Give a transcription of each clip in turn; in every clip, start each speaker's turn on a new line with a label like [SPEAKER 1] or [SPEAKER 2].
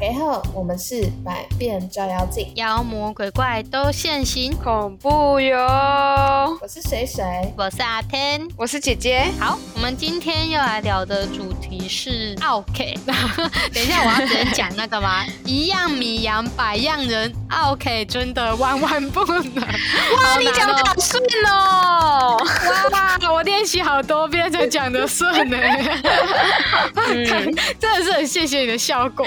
[SPEAKER 1] 家好，我们是百变照妖镜，
[SPEAKER 2] 妖魔鬼怪都现形。
[SPEAKER 3] 恐怖哟！
[SPEAKER 1] 我是水水。
[SPEAKER 2] 我是阿天，
[SPEAKER 3] 我是姐姐，
[SPEAKER 2] 好，我们今天要来聊的主题是 OK。等一下，我要直接讲那个吗？ 一样米养百样人，OK 真的万万不能。 哇
[SPEAKER 3] 你讲的好顺哦。
[SPEAKER 2] 哇，我练习好多遍才讲得顺 呢、
[SPEAKER 3] 嗯，
[SPEAKER 2] 真的是很谢谢你的效果。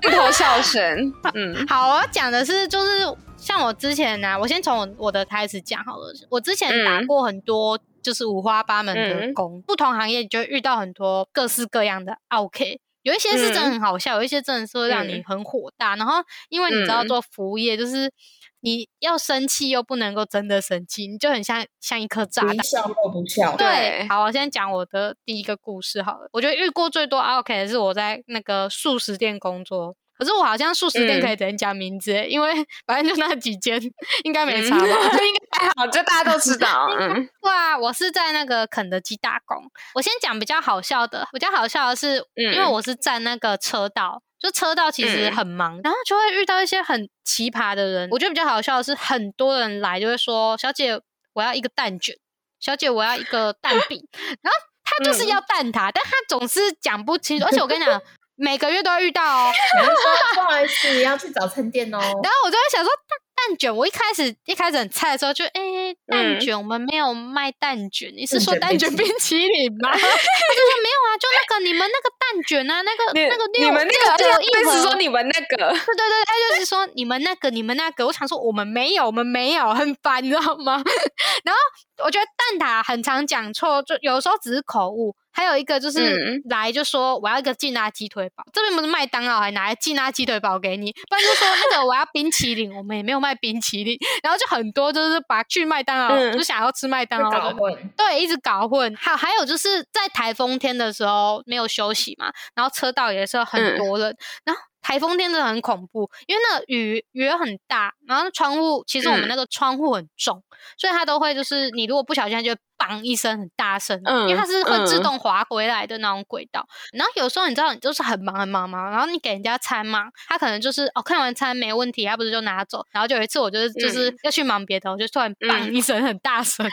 [SPEAKER 3] 罐头笑声。嗯，
[SPEAKER 2] 好，我要讲的是，就是像我之前呢、啊我先从我我的开始讲好了。我之前打
[SPEAKER 3] 嗯
[SPEAKER 2] 过很多就是五花八门的
[SPEAKER 3] 嗯
[SPEAKER 2] 工，不同行业你就会遇到很多各式各样的 OK。有一些是真的
[SPEAKER 3] 嗯
[SPEAKER 2] 很好笑，有一些真的是会让你
[SPEAKER 3] 嗯
[SPEAKER 2] 很火大。然后，因为你知道
[SPEAKER 3] 嗯
[SPEAKER 2] 做服务业，就是你要生气又不能够真的生气，你就很像像一颗炸弹
[SPEAKER 1] 你，笑或不笑？
[SPEAKER 2] 对
[SPEAKER 3] 对，
[SPEAKER 2] 好，我先讲我的第一个故事好了。我觉得遇过最多啊 OK 的是我在那个素食店工作，可是我好像素食店
[SPEAKER 3] 嗯
[SPEAKER 2] 可以直接讲名字欸、因为反正就那几间，应该没
[SPEAKER 3] 嗯
[SPEAKER 2] 差吧？
[SPEAKER 3] 还好，这大家 都知道。嗯，
[SPEAKER 2] 对啊，我是在那个肯德基打工。我先讲比较好笑的，比较好笑的是，因为
[SPEAKER 3] 嗯
[SPEAKER 2] 我是站那个车道，就车道其实
[SPEAKER 3] 嗯
[SPEAKER 2] 很忙，然后就会遇到一些很奇葩的人。我觉得比较好笑的是，很多人来就会说：“小姐，我要一个蛋卷，小姐，我要一个蛋饼。”然后他
[SPEAKER 3] 嗯
[SPEAKER 2] 就是要蛋挞，但他总是讲不清楚。而且我跟你讲，每个月都会遇到哦。
[SPEAKER 1] 然后说哎不好意思，要去早餐 店哦。
[SPEAKER 2] 然后我就会想说蛋蛋卷，我一开始一开始很菜的时候就哎、诶蛋
[SPEAKER 3] 嗯
[SPEAKER 2] 卷、我们没有卖蛋卷，你是
[SPEAKER 1] 蛋
[SPEAKER 2] 说
[SPEAKER 1] 卷
[SPEAKER 2] 蛋
[SPEAKER 1] 冰
[SPEAKER 2] 卷
[SPEAKER 1] 淇
[SPEAKER 2] 冰淇淋吗？他 就说没有啊，就那个你们那个蛋卷啊，那个
[SPEAKER 3] 你
[SPEAKER 2] 那个六
[SPEAKER 3] 你们那个，
[SPEAKER 2] 六
[SPEAKER 3] 而
[SPEAKER 2] 一
[SPEAKER 3] 且他一直
[SPEAKER 2] 盒
[SPEAKER 3] 说你们那个，
[SPEAKER 2] 对对对，他就是说你们那个，你们那个，我想说我们没有，我们没有，很烦，你知道吗？ 然后我觉得蛋挞很常讲错，就有时候只是口误。还有一个就是
[SPEAKER 3] 嗯
[SPEAKER 2] 来就说我要一个劲辣鸡腿堡，这边不是麦当劳还拿来劲辣鸡腿堡给你，不然就说那个我要冰淇淋，我们也没有卖冰淇淋， 然后就很多就是把去麦当劳、
[SPEAKER 3] 嗯
[SPEAKER 2] 就想要吃麦当劳
[SPEAKER 1] 会
[SPEAKER 2] 的
[SPEAKER 1] 搞 混，
[SPEAKER 2] 对，一直搞混。还还有就是在台风天的时候没有休息嘛，然后车道也是很
[SPEAKER 3] 嗯
[SPEAKER 2] 多人，然后。台风天真的很恐怖，因为那个雨雨也很大，然后窗户其实我们
[SPEAKER 3] 嗯
[SPEAKER 2] 那个窗户很重，所以它都会就是你如果不小心它就会砰一声很大声，因为它
[SPEAKER 3] 嗯
[SPEAKER 2] 是会自
[SPEAKER 3] 嗯
[SPEAKER 2] 动滑回来的那种轨道。然后有时候你知道你就是很忙很忙嘛，然后你给人家餐嘛，他可能就是哦看完餐没问题，他不是就拿走。然后就有一次我就是就是要去忙别的，我就突然砰
[SPEAKER 3] 嗯
[SPEAKER 2] 一声很大 声，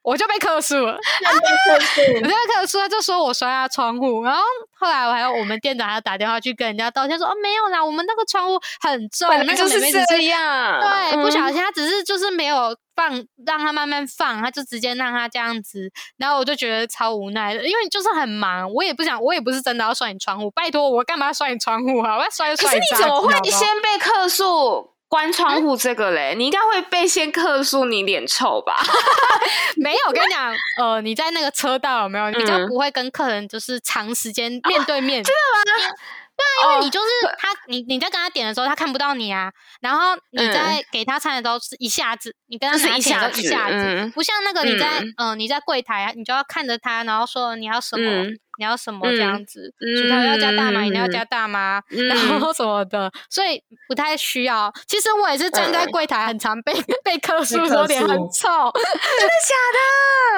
[SPEAKER 2] 我就被克数了。
[SPEAKER 1] 那被
[SPEAKER 2] 我
[SPEAKER 1] 客
[SPEAKER 2] 就被克数，他就说我摔他窗户，然后后来我还有我们店长还要打电话去跟人家道歉说哦没有啦，我们那个窗户很重，
[SPEAKER 3] 本
[SPEAKER 2] 那
[SPEAKER 3] 来
[SPEAKER 2] 个
[SPEAKER 3] 哦就是
[SPEAKER 2] 妹妹只
[SPEAKER 3] 这样。
[SPEAKER 2] 对，不小
[SPEAKER 3] 嗯
[SPEAKER 2] 心他只是就是没有放，让他慢慢放，他就直接让他这样子，然后我就觉得超无奈的，因为就是很忙，我也不想，我也不是真的要摔你窗户，拜托我干嘛要摔你窗户啊？我要摔就
[SPEAKER 3] 可
[SPEAKER 2] 摔
[SPEAKER 3] 是
[SPEAKER 2] 炸
[SPEAKER 3] 你怎么
[SPEAKER 2] 鸡好不
[SPEAKER 3] 会
[SPEAKER 2] 好
[SPEAKER 3] 先被客诉关窗户这个嘞？你应该会被先客诉你脸臭吧？
[SPEAKER 2] 没有，我跟你讲，呃，你在那个车道有没有你比较
[SPEAKER 3] 嗯哦
[SPEAKER 2] 不会跟客人就是长时间面对面？真的吗？对啊，因为你就是他，你你在跟他点的时候，他看不到你啊。然后你
[SPEAKER 3] 嗯
[SPEAKER 2] 在给他餐的时候是一下子，你跟他
[SPEAKER 3] 就 是
[SPEAKER 2] 拿
[SPEAKER 3] 一
[SPEAKER 2] 钱的时
[SPEAKER 3] 下
[SPEAKER 2] 候
[SPEAKER 3] 子
[SPEAKER 2] 一下子
[SPEAKER 3] 嗯，
[SPEAKER 2] 不像那个你在呃你在柜台啊，你就要看着他，然后说你要什么，
[SPEAKER 3] 嗯
[SPEAKER 2] 你要什么这样子，薯条要加大吗？饮料加大吗？然
[SPEAKER 3] 嗯，
[SPEAKER 2] 后什么的，所以不太需要。其实我也是站在
[SPEAKER 3] 嗯
[SPEAKER 2] 柜台，很常 被被客诉
[SPEAKER 1] 客
[SPEAKER 2] 说脸很
[SPEAKER 1] 诉
[SPEAKER 2] 臭，
[SPEAKER 3] 真的假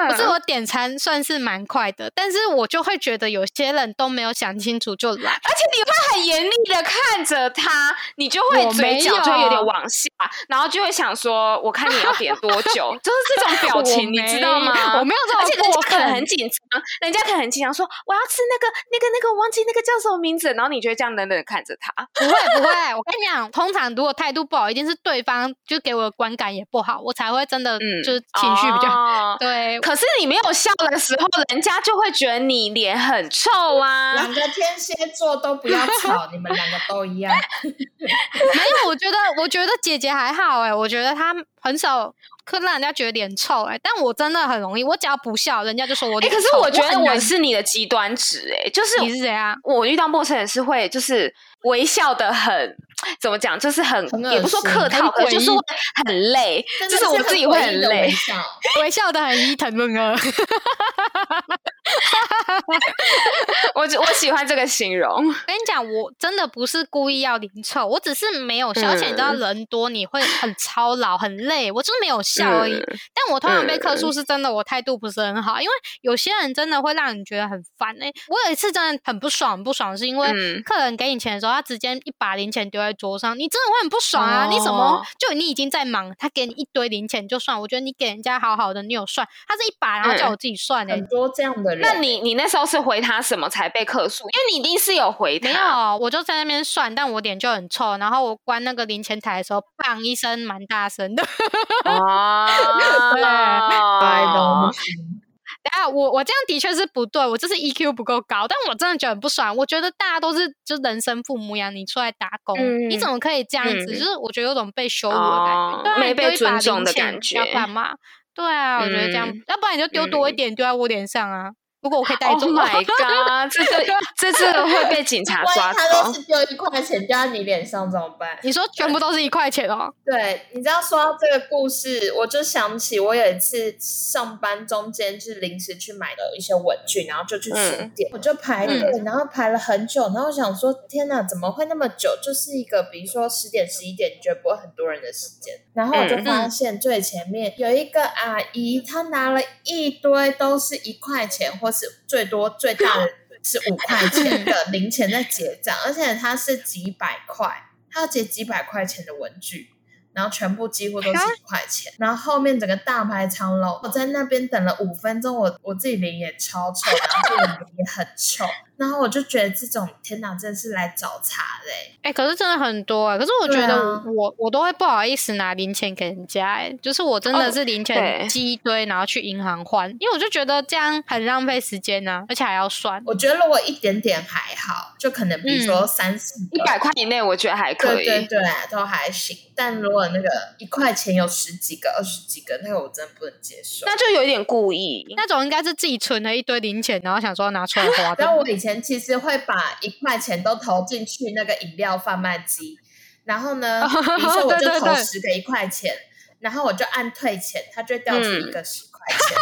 [SPEAKER 3] 的？
[SPEAKER 2] 可是我点餐算是蛮快的，但是我就会觉得有些人都没有想清楚就来，
[SPEAKER 3] 而且你会很严厉的看着他，你就会
[SPEAKER 2] 我没
[SPEAKER 3] 嘴角
[SPEAKER 2] 有
[SPEAKER 3] 就会有点往下，然后就会想说，我看你要点多 久，就是这种表情，你知道吗？
[SPEAKER 2] 我没有这
[SPEAKER 3] 而且
[SPEAKER 2] 么
[SPEAKER 3] 人
[SPEAKER 2] 过
[SPEAKER 3] 家可能
[SPEAKER 2] 分
[SPEAKER 3] 很。紧张，人家可能很紧张，说我要吃那个、那个、那个，我忘记那个叫什么名字，然后你就会这样冷冷的看着他。
[SPEAKER 2] 不会不会，我跟你讲，通常如果态度不好，一定是对方就给我的观感也不好，我才会真的
[SPEAKER 3] 嗯，
[SPEAKER 2] 就是情绪比较、
[SPEAKER 3] 哦
[SPEAKER 2] 对。
[SPEAKER 3] 可是你没有笑的时候，人家就会觉得你脸很臭啊。
[SPEAKER 1] 两个天蝎座都不要吵，你们两个都一样。
[SPEAKER 2] 没有，我觉得我觉得姐姐还好哎、我觉得她很少会让人家觉得脸臭哎、但我真的很容易，我只要不笑，人家就说我
[SPEAKER 3] 哎、
[SPEAKER 2] 脸
[SPEAKER 3] 可是
[SPEAKER 2] 臭
[SPEAKER 3] 我觉得
[SPEAKER 2] 很
[SPEAKER 3] 我
[SPEAKER 2] 难
[SPEAKER 3] 是你的极端值、哎，就是
[SPEAKER 2] 你是谁啊？
[SPEAKER 3] 我遇到陌生人是会就是微笑的很怎么讲，就是很
[SPEAKER 1] 很恶
[SPEAKER 3] 也不说
[SPEAKER 1] 心
[SPEAKER 3] 客
[SPEAKER 1] 很
[SPEAKER 3] 套，可能就是
[SPEAKER 2] 诡异
[SPEAKER 3] 会很累，
[SPEAKER 1] 真
[SPEAKER 3] 就
[SPEAKER 1] 的
[SPEAKER 3] 是我
[SPEAKER 1] 很
[SPEAKER 3] 自己会
[SPEAKER 1] 诡异
[SPEAKER 3] 很
[SPEAKER 1] 的
[SPEAKER 3] 累
[SPEAKER 1] 微。笑。
[SPEAKER 2] 微笑的很伊藤润二，
[SPEAKER 3] 我只我喜欢这个形容，
[SPEAKER 2] 跟你讲，我真的不是故意要脸臭，我只是没有笑，而且你知道
[SPEAKER 3] 嗯
[SPEAKER 2] 人多你会很操劳、很累，我就是没有笑而已。
[SPEAKER 3] 嗯
[SPEAKER 2] 但我通常被客诉是真的，我态度不是很好，因为有些人真的会让你觉得很烦。哎、我有一次真的很不爽，很不爽是因为
[SPEAKER 3] 嗯
[SPEAKER 2] 客人给你钱的时候，他直接一把零钱丢在桌上，你真的会很不爽啊！你怎么
[SPEAKER 3] 哦
[SPEAKER 2] 就你已经在忙，他给你一堆零钱就算，我觉得你给人家好好的，你有算，他是一把，然后叫我自己算哎、
[SPEAKER 1] 很多这样的人，
[SPEAKER 3] 那你你那时候是回他什么才被客诉？因为你一定是有回他，
[SPEAKER 2] 没有，哦我就在那边算，但我脸就很臭。然后我关那个零钱台的时候，砰一声，蛮大声的。
[SPEAKER 3] 哦，
[SPEAKER 1] 爱都不行，
[SPEAKER 2] 等下我我这样的确是不对，我就是 EQ 不够高，但我真的觉得很不爽。我觉得大家都是就人生父母养，你出来打工，你
[SPEAKER 3] 嗯
[SPEAKER 2] 怎么可以这样子？
[SPEAKER 3] 嗯
[SPEAKER 2] 就是我觉得有种被羞辱的感觉，
[SPEAKER 3] 哦
[SPEAKER 2] 对啊
[SPEAKER 3] 没
[SPEAKER 2] 你丢
[SPEAKER 3] 被
[SPEAKER 2] 一把
[SPEAKER 3] 尊重
[SPEAKER 2] 零
[SPEAKER 3] 的
[SPEAKER 2] 钱
[SPEAKER 3] 感
[SPEAKER 2] 要
[SPEAKER 3] 觉
[SPEAKER 2] 干嘛？对啊，我觉得这样，
[SPEAKER 3] 嗯
[SPEAKER 2] 要不然你就丢多一
[SPEAKER 3] 嗯
[SPEAKER 2] 点丢在我脸上啊。如果我可以带
[SPEAKER 3] Oh
[SPEAKER 2] 走
[SPEAKER 3] my god！这个这这个会被警察
[SPEAKER 1] 万
[SPEAKER 3] 抓
[SPEAKER 1] 一他
[SPEAKER 3] 走
[SPEAKER 1] 都。是丢一块钱丢在你脸上怎么办？
[SPEAKER 2] 你说全部都是一块钱哦？
[SPEAKER 1] 对，你知道说到这个故事，我就想起我有一次上班中间是临时去买了一些文具，然后就去书店，我就排队，然后排了很久，然后想说天哪，怎么会那么久？就是一个比如说十点十一点，你觉得不会很多人的时间，然后我就
[SPEAKER 3] 嗯
[SPEAKER 1] 发现最前面有一个阿姨，她拿了一堆都是一块钱，或是最多最大的是五块钱 的零钱在结账，而且她是几百块，她要结几百块钱的文具。然后全部几乎 都是一块钱，然后后面整个大排长龙，我在那边等了五分钟，我我自己脸也超臭，然后这个人也很臭，然后我就觉得这种天哪，真的是来找茬欸嘞、
[SPEAKER 2] 哎、可是真的很多哎、可是我
[SPEAKER 1] 对
[SPEAKER 2] 觉得
[SPEAKER 1] 啊
[SPEAKER 2] 我我我都会不好意思拿零钱给人家哎、就是我真的
[SPEAKER 3] 哦
[SPEAKER 2] 是零
[SPEAKER 3] 对
[SPEAKER 2] 钱积一堆，然后去银行换，因为我就觉得这样很浪费时间呢、而且还要算。
[SPEAKER 1] 我觉得如果一点点还好，就可能比如
[SPEAKER 3] 嗯
[SPEAKER 1] 说三四
[SPEAKER 3] 一百块以内，我觉得还可
[SPEAKER 1] 对
[SPEAKER 3] 以。
[SPEAKER 1] 对对啊，都还行。但如果那个一块钱有十几个、二十几个，那个我真的不能接受。
[SPEAKER 3] 那就有点故意。
[SPEAKER 2] 那种应该是自己存了一堆零钱，然后想说拿出来花的
[SPEAKER 1] 但。我以前其实会把一块钱都投进去那个饮料贩卖机，然后 呢，比如说我就
[SPEAKER 2] 对对
[SPEAKER 1] 投
[SPEAKER 2] 对
[SPEAKER 1] 十个一块钱，然后我就按退钱，它就会掉出一个十块 钱。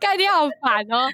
[SPEAKER 2] 概念好烦哦！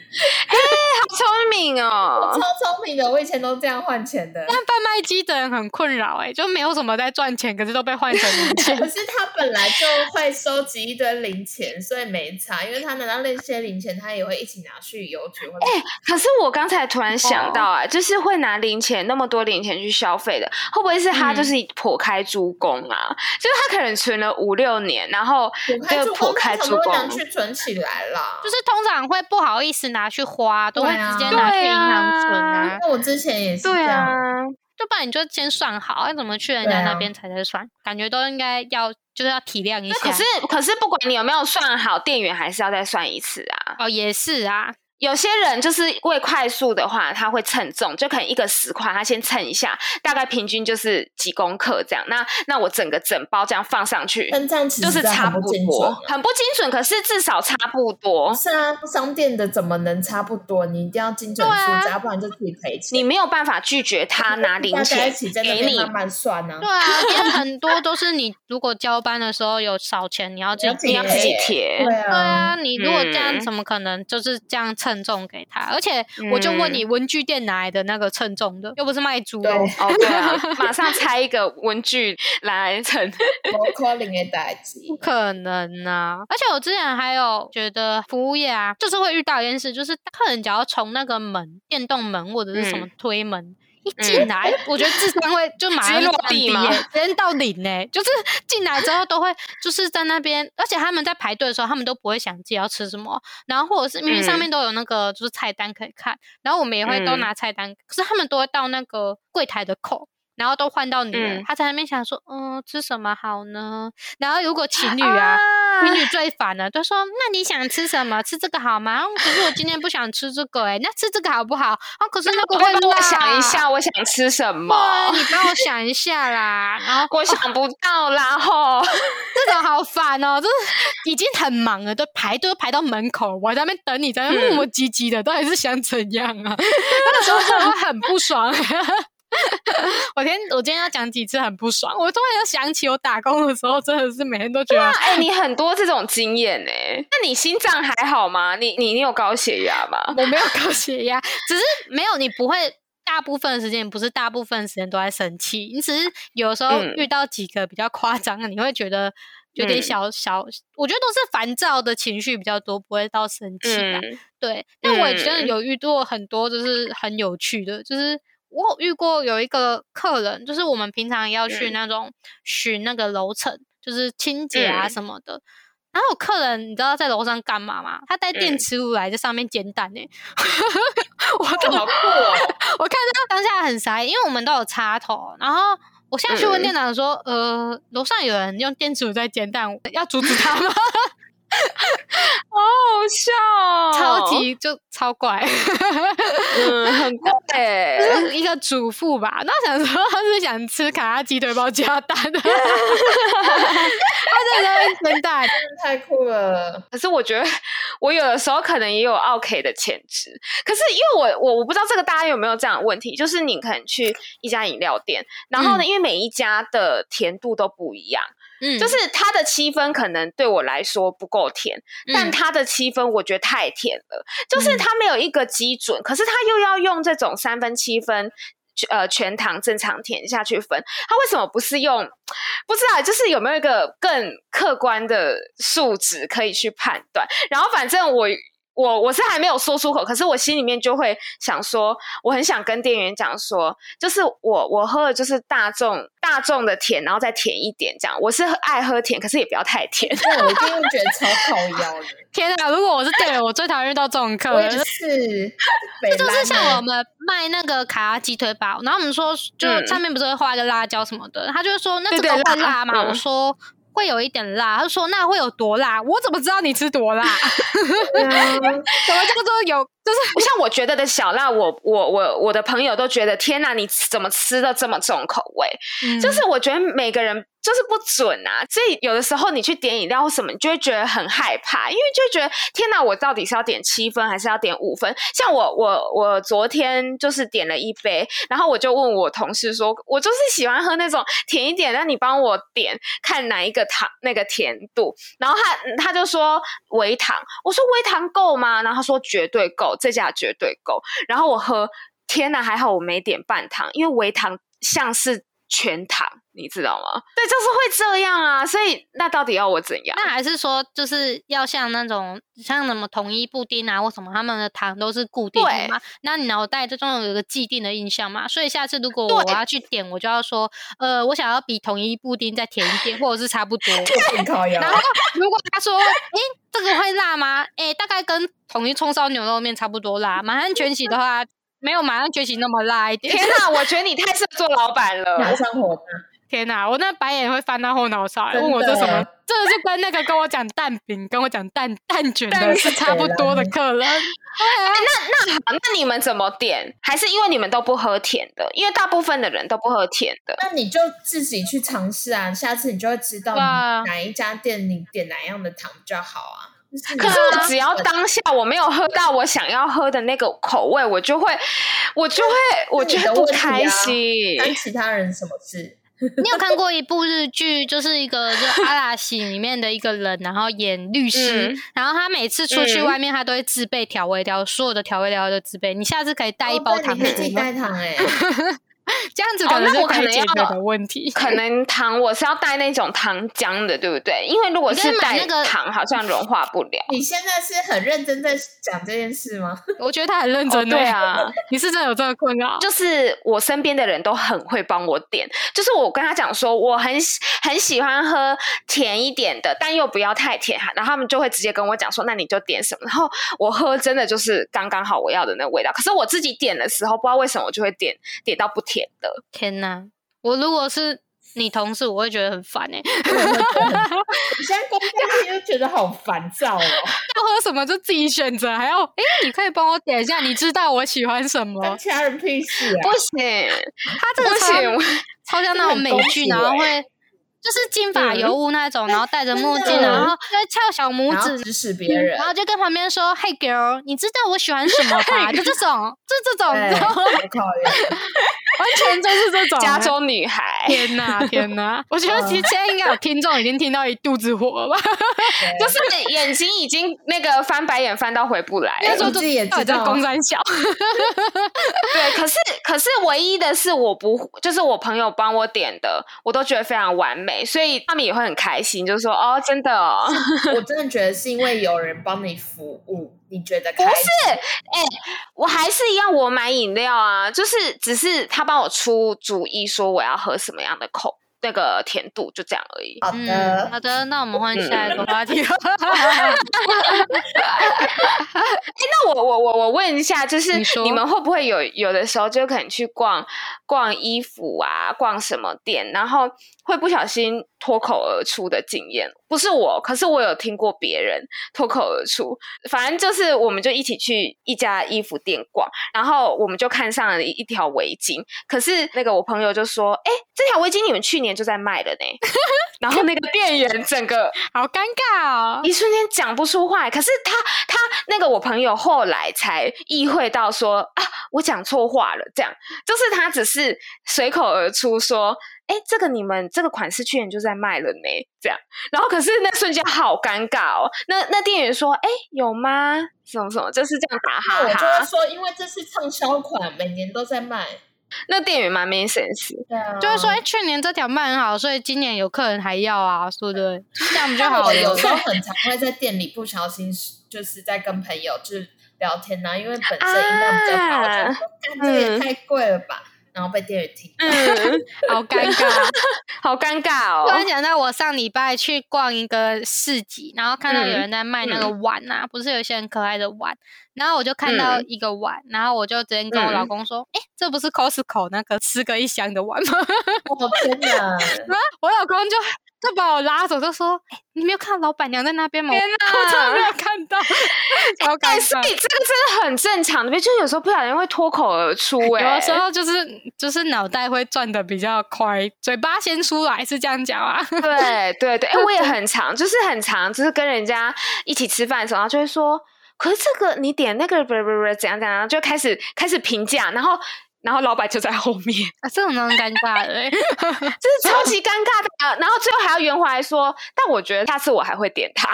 [SPEAKER 3] 好聪明哦！
[SPEAKER 1] 超聪明的，我以前都这样换钱 的。
[SPEAKER 2] 但贩卖机的人很困扰哎、就没有什么在赚钱，可是都被换成零钱。
[SPEAKER 1] 可是他本来就会收集一堆零钱，所以没差，因为他拿到那些零钱，他也会一起拿去邮局
[SPEAKER 3] 哎
[SPEAKER 1] 或者。
[SPEAKER 3] 可是我刚才突然想
[SPEAKER 1] 哦
[SPEAKER 3] 到啊，就是会拿零钱那么多零钱去消费的，会不会是他
[SPEAKER 2] 嗯
[SPEAKER 3] 就是剖开猪公啊？就是他可能存了五六年，然后
[SPEAKER 1] 我开
[SPEAKER 3] 这
[SPEAKER 1] 珠
[SPEAKER 3] 个剖
[SPEAKER 1] 光
[SPEAKER 3] 开
[SPEAKER 1] 通常
[SPEAKER 3] 猪
[SPEAKER 1] 都会拿，
[SPEAKER 3] 公
[SPEAKER 1] 去存起来啦。
[SPEAKER 2] 就是通常会不好意思拿去花，都会
[SPEAKER 1] 对啊
[SPEAKER 2] 直接拿去
[SPEAKER 3] 对
[SPEAKER 2] 银行存
[SPEAKER 3] 啊
[SPEAKER 2] 啊。
[SPEAKER 1] 那我之前也是这
[SPEAKER 3] 对
[SPEAKER 1] 样，
[SPEAKER 3] 啊，
[SPEAKER 2] 就不然你就先算好，要怎么去人
[SPEAKER 1] 对
[SPEAKER 2] 家
[SPEAKER 1] 啊
[SPEAKER 2] 那边才才算，感觉都应该要就是要体谅一
[SPEAKER 3] 那
[SPEAKER 2] 下。
[SPEAKER 3] 可是
[SPEAKER 1] 啊
[SPEAKER 3] 可是不管你有没有算好，店员还是要再算一次啊。
[SPEAKER 2] 哦，也是啊，
[SPEAKER 3] 有些人就是为快速的话，他会称重，就可能一个十块，他先称一下，大概平均就是几公克这样。那那我整个整包这样放上去，
[SPEAKER 1] 但这样其
[SPEAKER 3] 就
[SPEAKER 1] 实
[SPEAKER 3] 是
[SPEAKER 1] 真的
[SPEAKER 3] 差
[SPEAKER 1] 很
[SPEAKER 3] 不
[SPEAKER 1] 不精
[SPEAKER 3] 多
[SPEAKER 1] 准。，
[SPEAKER 3] 很不精准，可是至少差不多。
[SPEAKER 1] 是啊，商店的怎么能差不多？你一定要精准
[SPEAKER 2] 对啊
[SPEAKER 1] 数字，要不然就自己赔钱。
[SPEAKER 3] 你没有办法拒绝他拿零
[SPEAKER 1] 大家一
[SPEAKER 3] 钱
[SPEAKER 1] 起在那
[SPEAKER 3] 给
[SPEAKER 1] 边
[SPEAKER 3] 你，
[SPEAKER 1] 慢慢算呢
[SPEAKER 2] 对。啊，因为很多都是你如果交班的时候有少钱，你要自
[SPEAKER 1] 你要自
[SPEAKER 2] 己
[SPEAKER 3] 你
[SPEAKER 1] 己
[SPEAKER 3] 要自己贴。
[SPEAKER 1] 对
[SPEAKER 2] 对
[SPEAKER 1] 啊，
[SPEAKER 2] 啊，你如果这样，
[SPEAKER 3] 嗯
[SPEAKER 2] 怎么可能就是这样称重给他？而且我就问你，文具店哪来的那个称重的？又不是卖猪
[SPEAKER 1] 对
[SPEAKER 2] 肉。
[SPEAKER 3] 哦，对啊，马上拆一个文具来称。
[SPEAKER 1] 我 calling 的代 机，
[SPEAKER 2] 不可能啊！而且我之前还有觉得服务业啊，就是会遇到一件事，就是客人只要从那个门、电动门或者是什
[SPEAKER 3] 嗯
[SPEAKER 2] 么推门。一进来，我觉得智商会就马
[SPEAKER 3] 直
[SPEAKER 2] 上
[SPEAKER 3] 接
[SPEAKER 2] 就
[SPEAKER 3] 落
[SPEAKER 2] 降
[SPEAKER 3] 地
[SPEAKER 2] 低
[SPEAKER 3] 吗
[SPEAKER 2] 耶直接到零呢、就是进来之后都会就是在那边，而且他们在排队的时候，他们都不会想自己要吃什么，然后或者是明明上
[SPEAKER 3] 嗯
[SPEAKER 2] 面都有那个就是菜单可以看，然后我们也会都
[SPEAKER 3] 嗯
[SPEAKER 2] 拿菜单，可是他们都会到那个柜台的口，然后都换到你了，
[SPEAKER 3] 嗯
[SPEAKER 2] 他在那边想说，嗯，吃什么好呢？然后如果情侣啊，情侣最烦了，都说那你想吃什么？吃这个好吗？啊可是我今天不想吃这个、欸，哎，那吃这个好不好？啊，可是那个
[SPEAKER 3] 我
[SPEAKER 2] 会
[SPEAKER 3] 会帮我
[SPEAKER 2] 辣
[SPEAKER 3] 想一下，我想吃什
[SPEAKER 2] 对，
[SPEAKER 3] 么，
[SPEAKER 2] 你帮我想一下啦。 然后
[SPEAKER 3] 我想不到啦吼。
[SPEAKER 2] 这种好烦哦、就是已经很忙了，都排队都排到门口，我还在那边等你，在那
[SPEAKER 3] 嗯
[SPEAKER 2] 边磨磨唧唧的，到底是想怎样啊？那时候真的会很不爽。 我天，我今天要讲几次很不爽。我突然又想起我打工的时候，真的是每天都觉得
[SPEAKER 3] 那哎、你很多这种经验哎、那你心脏还好吗？你你你有高血压吗？
[SPEAKER 2] 我没有高血压，只是没有你不会。大部分的时间不是大部分时间都在生气，你只是有时候
[SPEAKER 3] 嗯
[SPEAKER 2] 遇到几个比较夸张的，你会觉得有点
[SPEAKER 3] 嗯
[SPEAKER 2] 小小，我觉得都是烦躁的情绪比较多，不会到生气啦。
[SPEAKER 3] 嗯
[SPEAKER 2] 对，但我也真的
[SPEAKER 3] 嗯
[SPEAKER 2] 有遇过很多就是很有趣的，就是我有遇过有一个客人，就是我们平常要去
[SPEAKER 3] 嗯
[SPEAKER 2] 那种巡那个楼层，就是清洁啊
[SPEAKER 3] 嗯
[SPEAKER 2] 什么的。然后有客人，你知道在楼上干嘛吗？他带电
[SPEAKER 3] 嗯
[SPEAKER 2] 磁炉来在上面煎蛋呢、 我
[SPEAKER 1] 哦
[SPEAKER 2] 看
[SPEAKER 1] 好酷哦！
[SPEAKER 2] 我看到当下很傻眼，因为我们都有插头，然后我下去问
[SPEAKER 3] 嗯
[SPEAKER 2] 店长说：“呃，楼上有人用电磁炉在煎蛋，要阻止他吗？”
[SPEAKER 3] 好好笑哦，
[SPEAKER 2] 超级就超怪。
[SPEAKER 3] 嗯，很怪 哎、
[SPEAKER 2] 就是 一个主妇吧，那想说她是想吃卡拉鸡腿堡加蛋，啊 她在那边生蛋，
[SPEAKER 1] 太酷了，
[SPEAKER 3] 可是我觉得我有的时候可能也有 OK 的潜质，可是因为我我我不知道这个大家有没有这样的问题，就是你可能去一家饮料店，然后呢，
[SPEAKER 2] 嗯
[SPEAKER 3] 因为每一家的甜度都不一样，
[SPEAKER 2] 嗯，
[SPEAKER 3] 就是它的七分可能对我来说不够甜，但它的七分我觉得太甜了，就是
[SPEAKER 2] 嗯
[SPEAKER 3] 它没有一个基准，可是它又要用这种三分七分。呃，全糖正常甜下去分，它为什么不是用？不知道，就是有没有一个更客观的数值可以去判断？然后反正我我我是还没有说出口，可是我心里面就会想说，我很想跟店员讲说，就是我我喝的就是大众大众的甜，然后再甜一点这样。我是爱喝甜，可是也不要太甜。
[SPEAKER 1] 那我一定会觉得超靠腰的。
[SPEAKER 2] 天哪！如果我是店员，我最讨厌遇到这种客
[SPEAKER 1] 我也
[SPEAKER 2] 人。
[SPEAKER 1] 是，这
[SPEAKER 2] 这就是像我们卖那个卡拉鸡腿堡，然后我们说，就
[SPEAKER 3] 嗯
[SPEAKER 2] 上面不是会画一个辣椒什么的，他就会说那这
[SPEAKER 3] 对
[SPEAKER 2] 个
[SPEAKER 3] 对
[SPEAKER 2] 会
[SPEAKER 3] 辣
[SPEAKER 2] 辣吗？
[SPEAKER 3] 嗯
[SPEAKER 2] 我说会有一点辣，他就说那会有多辣？我怎么知道你吃多辣？
[SPEAKER 1] 们，
[SPEAKER 2] 什么叫做有？就是
[SPEAKER 3] 像我觉得的小辣，我我我我的朋友都觉得天哪，你怎么吃的这么重口味？
[SPEAKER 2] 嗯
[SPEAKER 3] 就是我觉得每个人就是不准啊，所以有的时候你去点饮料或什么，你就会觉得很害怕，因为就会觉得天哪，我到底是要点七分还是要点五分？像我我我昨天就是点了一杯，然后我就问我同事说，我就是喜欢喝那种甜一点，那你帮我点看哪一个糖那个甜度，然后他嗯他就说微糖，我说微糖够吗？然后他说绝对够，这家绝对够。然后我喝，天哪，还好我没点半糖，因为微糖像是全糖，你知道吗？对，就是会这样啊。所以那到底要我怎样？
[SPEAKER 2] 那还是说，就是要像那种像什么统一布丁啊或什么，他们的糖都是固定的
[SPEAKER 3] 对
[SPEAKER 2] 嘛？那你脑袋之中有一个既定的印象嘛？所以下次如果我
[SPEAKER 3] 对
[SPEAKER 2] 要去点，我就要说，呃，我想要比统一布丁再甜一点，或者是差不多。
[SPEAKER 1] 更靠腰
[SPEAKER 2] 然。后如果他说，诶、这个会辣吗？诶、大概跟统一葱烧牛肉面差不多辣。马上卷起的话，没有马上卷起那么辣一点。
[SPEAKER 3] 天哪，我觉得你太适合做老板
[SPEAKER 1] 马
[SPEAKER 3] 了。
[SPEAKER 1] 上火大，
[SPEAKER 2] 天哪、我那白眼会翻到后脑勺、欸，
[SPEAKER 1] 真
[SPEAKER 2] 问我这什么
[SPEAKER 1] 的？
[SPEAKER 2] 这个就跟那个跟我讲蛋饼、跟我讲蛋蛋卷啊的
[SPEAKER 1] 蛋
[SPEAKER 2] 是差不多的
[SPEAKER 1] 卷
[SPEAKER 2] 客人。
[SPEAKER 3] 好那你们怎么点？还是因为你们都不喝甜的？因为大部分的人都不喝甜的。
[SPEAKER 1] 那你就自己去尝试啊，下次你就会知道
[SPEAKER 2] 哇
[SPEAKER 1] 你哪一家店你点哪样的糖比较好啊。就是你
[SPEAKER 3] 可是
[SPEAKER 2] 对
[SPEAKER 3] 我只要当下我没有喝到我想要喝的那个口味，我就会，我就会，我就
[SPEAKER 1] 你的
[SPEAKER 3] 会不
[SPEAKER 1] 问题
[SPEAKER 3] 开
[SPEAKER 1] 啊
[SPEAKER 3] 心。
[SPEAKER 1] 干其他人什么事？
[SPEAKER 2] 你有看过一部日剧，就是一个就阿拉西里面的一个人，然后演律师，
[SPEAKER 3] 嗯
[SPEAKER 2] 然后他每次出去
[SPEAKER 3] 嗯
[SPEAKER 2] 外面，他都会自备调味料，所有的调味料都自备。你下次可以带一
[SPEAKER 1] 哦
[SPEAKER 2] 包
[SPEAKER 1] 对
[SPEAKER 2] 糖
[SPEAKER 1] 你可以
[SPEAKER 2] 出
[SPEAKER 1] 自己
[SPEAKER 2] 门，
[SPEAKER 1] 带糖 哎、
[SPEAKER 2] 这样子
[SPEAKER 3] 哦
[SPEAKER 2] 可能
[SPEAKER 3] 那
[SPEAKER 2] 就
[SPEAKER 3] 我可
[SPEAKER 2] 可以
[SPEAKER 3] 能
[SPEAKER 2] 解决
[SPEAKER 3] 要
[SPEAKER 2] 的问 题。
[SPEAKER 3] 可能糖我是要带那种糖浆的，对不对？因为如果
[SPEAKER 2] 你可以
[SPEAKER 3] 是
[SPEAKER 2] 买
[SPEAKER 3] 带
[SPEAKER 2] 那个
[SPEAKER 3] 糖，好像融化不了。
[SPEAKER 1] 你现在是很认真在讲这件事吗？
[SPEAKER 2] 我觉得他很认真、欸
[SPEAKER 3] 哦对啊，
[SPEAKER 2] 你是真的有这个困 扰？
[SPEAKER 3] 就是我身边的人都很会帮我点，就是我跟他讲说我很喜很喜欢喝甜一点的，但又不要太甜，然后他们就会直接跟我讲说，那你就点什么。然后我喝真的就是刚刚好我要的那个味道，可是我自己点的时候，不知道为什么我就会点点到不甜的。
[SPEAKER 2] 天哪！我如果是你同事，我会觉得很烦哎、
[SPEAKER 1] 我也会觉得很我现在光这样就觉得好烦 躁哦。
[SPEAKER 2] 要喝什么就自己选择，还要哎、你可以帮我点一下，你知道我喜欢什么
[SPEAKER 1] 关？其他人屁事啊！
[SPEAKER 3] 不行，
[SPEAKER 2] 他这
[SPEAKER 3] 不
[SPEAKER 2] 个超
[SPEAKER 3] 行，我
[SPEAKER 2] 超像那种美剧，
[SPEAKER 1] 真的很
[SPEAKER 2] 然后
[SPEAKER 1] 狗血
[SPEAKER 2] 会就是金发尤物那种，然后戴着墨镜，
[SPEAKER 1] 真的
[SPEAKER 2] 然后就会翘小拇
[SPEAKER 1] 然后
[SPEAKER 2] 指，
[SPEAKER 1] 指使别人
[SPEAKER 2] 然，后就跟旁边说：“Hey girl，你知道我喜欢什么吧？”就这种，就这种，
[SPEAKER 1] 对，
[SPEAKER 2] 你知道吗
[SPEAKER 1] 很讨厌。
[SPEAKER 2] 完全就是这 种
[SPEAKER 3] 加。州女孩，
[SPEAKER 2] 天哪，天哪！ 嗯我觉得其实现在应该有听众已经听到一肚子火了吧？
[SPEAKER 3] 就是眼睛已经那个翻白眼翻到回不来
[SPEAKER 2] 那
[SPEAKER 3] 了
[SPEAKER 2] 时。候
[SPEAKER 1] 你自己也
[SPEAKER 2] 到底
[SPEAKER 1] 知
[SPEAKER 2] 在
[SPEAKER 1] 道
[SPEAKER 2] 公山小，
[SPEAKER 3] 对，可是可是唯一的是我不，就是我朋友帮我点的，我都觉得非常完美，所以他们也会很开心，就说哦，真的哦。
[SPEAKER 1] 我真的觉得是因为有人帮你服务，你觉得
[SPEAKER 3] 不
[SPEAKER 1] 开心
[SPEAKER 3] 是，哎、我还是一样，我买饮料啊，就是只是他帮我出主意，说我要喝什么样的口那个甜度，就这样而已。
[SPEAKER 1] 好
[SPEAKER 2] 嗯，
[SPEAKER 1] 的，
[SPEAKER 2] 好的，那我们换下一个话题。
[SPEAKER 3] 那我我我我问一下，就是
[SPEAKER 2] 你说
[SPEAKER 3] 你们会不会有有的时候就可能去逛逛衣服啊，逛什么店，然后会不小心脱口而出的经验？不是我，可是我有听过别人脱口而出。反正就是我们就一起去一家衣服店逛，然后我们就看上了一一条围巾，可是那个我朋友就说：“哎、这条围巾你们去年就在卖了呢。” 然后那个店员整个
[SPEAKER 2] 好尴尬哦！
[SPEAKER 3] 一瞬间讲不出话来。可是他他那个我朋友后来才意会到说啊，我讲错话了，这样就是他只是随口而出说。哎，这个你们这个款式去年就在卖了呢，这样。然后可是那瞬间好尴尬哦。那那店员说：“哎，有吗？什么什么？”就是这样打
[SPEAKER 1] 那我
[SPEAKER 3] 哈
[SPEAKER 1] 就会
[SPEAKER 3] 哈。
[SPEAKER 1] 说，因为这是畅销款，每年都在卖。
[SPEAKER 3] 那店员蛮没 sense。
[SPEAKER 1] 对啊，
[SPEAKER 2] 就是说，哎、去年这条卖很好，所以今年有客人还要啊，对不对？这样不就
[SPEAKER 1] 但
[SPEAKER 2] 好
[SPEAKER 1] 我 有时
[SPEAKER 2] 了？
[SPEAKER 1] 候很常会在店里不小心，就是在跟朋友就是聊天呐、因为本身音量比较大，我
[SPEAKER 3] 啊
[SPEAKER 1] 就说干这个也太贵了吧，然后被店员听。
[SPEAKER 3] 嗯，
[SPEAKER 2] 好尴尬。
[SPEAKER 3] 好尴尬
[SPEAKER 2] 突然
[SPEAKER 3] 哦。
[SPEAKER 2] 想到，我上礼拜去逛一个市集，然后看到有人在卖那个碗啊，不是有一些很可爱的碗，然后我就看到一个碗，然后我就直接跟我老公说：“哎、这不是 Costco 那个十个一箱的碗吗
[SPEAKER 1] 我、哦天 哪！？”
[SPEAKER 2] 我老公就就把我拉走，就说：“哎、你没有看到老板娘在那边吗？”我
[SPEAKER 3] 天
[SPEAKER 2] 我真的没
[SPEAKER 3] 哪！
[SPEAKER 2] 有看到， 超尴
[SPEAKER 3] 但是
[SPEAKER 2] 尬。
[SPEAKER 3] 哎这个真的很正常的，就有时候不小心会脱口而出、哎，
[SPEAKER 2] 有的时候就是就是脑袋会转的比较快，嘴巴先出来是这样讲啊。
[SPEAKER 3] 对对对，哎、我也很常，就是很常，就是跟人家一起吃饭的时候，然后就会说，可是这个你点那个不不不怎样怎样，就开始开始评价，然后然后老板就在后面，
[SPEAKER 2] 啊，这种蛮尴尬的、欸，
[SPEAKER 3] 就是超级尴尬的啊。然后最后还要圆回来说，但我觉得下次我还会点它，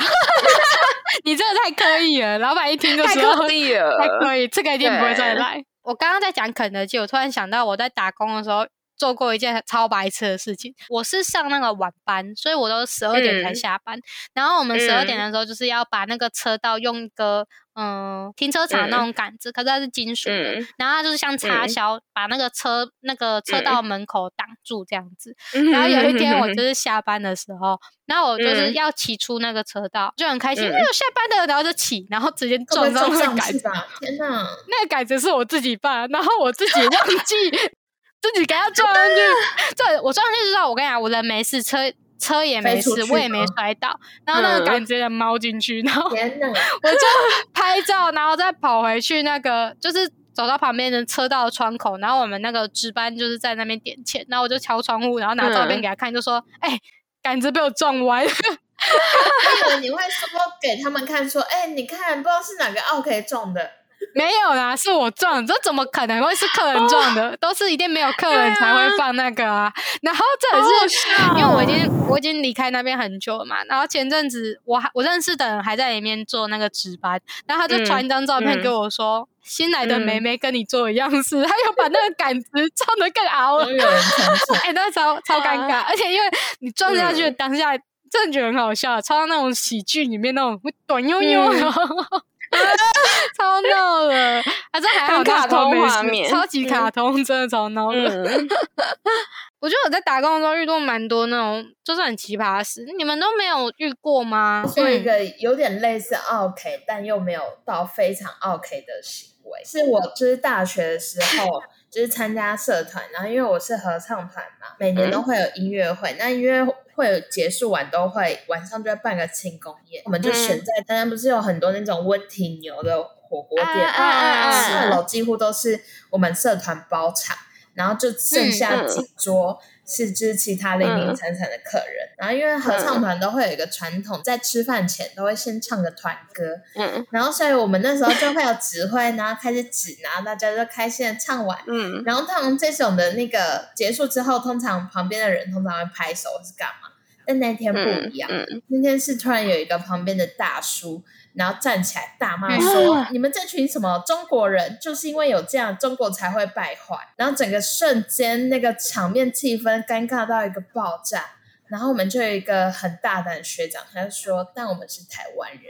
[SPEAKER 2] 你这个太刻意了。老板一听就
[SPEAKER 3] 太
[SPEAKER 2] 知道
[SPEAKER 3] 刻意了
[SPEAKER 2] 太。可以，这个一定不会再
[SPEAKER 3] 对
[SPEAKER 2] 来。我刚刚在讲肯德基，我突然想到我在打工的时候做过一件超白痴的事情。我是上那个晚班，所以我都十二点才
[SPEAKER 3] 嗯
[SPEAKER 2] 下班。然后我们十二点
[SPEAKER 3] 嗯
[SPEAKER 2] 的时候就是要把那个车道用一个嗯、呃停车场那
[SPEAKER 3] 嗯
[SPEAKER 2] 种杆子，可是它是金属的，
[SPEAKER 3] 嗯
[SPEAKER 2] 然后它就是像插
[SPEAKER 3] 嗯
[SPEAKER 2] 销，把那个车那个车道门口挡住这样子。然
[SPEAKER 3] 然
[SPEAKER 2] 后有一天 我就是下班的时候，然后我就是
[SPEAKER 3] 嗯
[SPEAKER 2] 要骑出那个车道，就很开心，
[SPEAKER 3] 嗯
[SPEAKER 2] 没有下班的，然后就骑，然后直接
[SPEAKER 1] 会
[SPEAKER 2] 撞
[SPEAKER 1] 不会
[SPEAKER 2] 上
[SPEAKER 1] 撞
[SPEAKER 2] 那个
[SPEAKER 1] 上
[SPEAKER 2] 杆
[SPEAKER 1] 去
[SPEAKER 2] 子。
[SPEAKER 1] 吧？天 哪！
[SPEAKER 2] 那个杆子是我自己办，然后我自己忘记自己给 它撞上去。这我撞上去之后，我跟你讲，我人没事，车车也没
[SPEAKER 1] 飞出
[SPEAKER 2] 事，
[SPEAKER 1] 去
[SPEAKER 2] 我也没
[SPEAKER 1] 吗
[SPEAKER 2] 摔倒，然后那个
[SPEAKER 3] 嗯
[SPEAKER 2] 杆子也猫进去，然后
[SPEAKER 1] 天哪！
[SPEAKER 2] 我就拍照，然后再跑回去那个就是。走到旁边的车道窗口，然后我们那个值班就是在那边点钱，然后我就敲窗户，然后拿照片
[SPEAKER 3] 嗯
[SPEAKER 2] 给他看，就说：“哎、杆子被我撞歪。”
[SPEAKER 1] 我以为你会说给他们看，说，哎、你看，不知道是哪个奥 K 中 的，
[SPEAKER 2] 没有啦，是我撞，这怎么可能会是客人撞的？都是一定没有客人才会放那个啊。然后这
[SPEAKER 3] 好好
[SPEAKER 2] 也是、
[SPEAKER 3] 笑
[SPEAKER 2] 因为我已
[SPEAKER 3] 嗯
[SPEAKER 2] 经我已经离开那边很久了嘛，然后前阵子我还我认识的人还在里面做那个值班，然后他就
[SPEAKER 3] 嗯
[SPEAKER 2] 传一张照片
[SPEAKER 3] 嗯
[SPEAKER 2] 给我说。新来的梅梅跟你做一样事，他又把那个杆子撞得更凹
[SPEAKER 1] 都
[SPEAKER 2] 了，
[SPEAKER 1] 有人传出。
[SPEAKER 2] 哎、那超超尴尬，而且因为你撞下去的当下，真的觉得很好笑，超像那种喜剧里面那种短悠悠，
[SPEAKER 3] 嗯
[SPEAKER 2] 然后超闹了，啊，这还好
[SPEAKER 3] 很卡
[SPEAKER 2] 那时候
[SPEAKER 3] 通
[SPEAKER 2] 没事
[SPEAKER 3] 画面
[SPEAKER 2] 超级卡通，真的超闹的。
[SPEAKER 3] 嗯，
[SPEAKER 2] 我觉得我在打工的时候遇到蛮多那种就是很奇葩的事，你们都没有遇过吗？
[SPEAKER 1] 做一个有点类似 OK，但又没有到非常 OK 的行为。是我就是大学的时候，就是参加社团，然后因为我是合唱团嘛，每年都会有音乐会。那音乐会结束完都会晚上就会办个庆功宴，我们就选在当然不是有很多那种温体牛的火锅店
[SPEAKER 3] 啊啊啊
[SPEAKER 1] 嘛，
[SPEAKER 3] 啊
[SPEAKER 1] 四楼几乎都是我们社团包场。然后就
[SPEAKER 3] 嗯
[SPEAKER 1] 剩下几桌是就是其他零零散散的客人。然后因为合
[SPEAKER 3] 嗯
[SPEAKER 1] 唱团都会有一个传统，在吃饭前都会先唱个团歌，
[SPEAKER 3] 嗯
[SPEAKER 1] 然后所以我们那时候就会有指挥，然后开始指，然后大家就开心的唱完。
[SPEAKER 3] 嗯，
[SPEAKER 1] 然后通常这种的那个结束之后，通常旁边的人通常会拍手或是干嘛，但那天不一样，
[SPEAKER 3] 嗯
[SPEAKER 1] 那天是突然有一个旁边的大叔，然后站起来大骂
[SPEAKER 2] 嗯
[SPEAKER 1] 说：“
[SPEAKER 3] 哇
[SPEAKER 1] 你们这群什么中国人，就是因为有这样，中国才会败坏。”然后整个瞬间那个场面气氛尴尬到一个爆炸。然后我们就有一个很大胆的学长，他就说：“但我们是台湾人。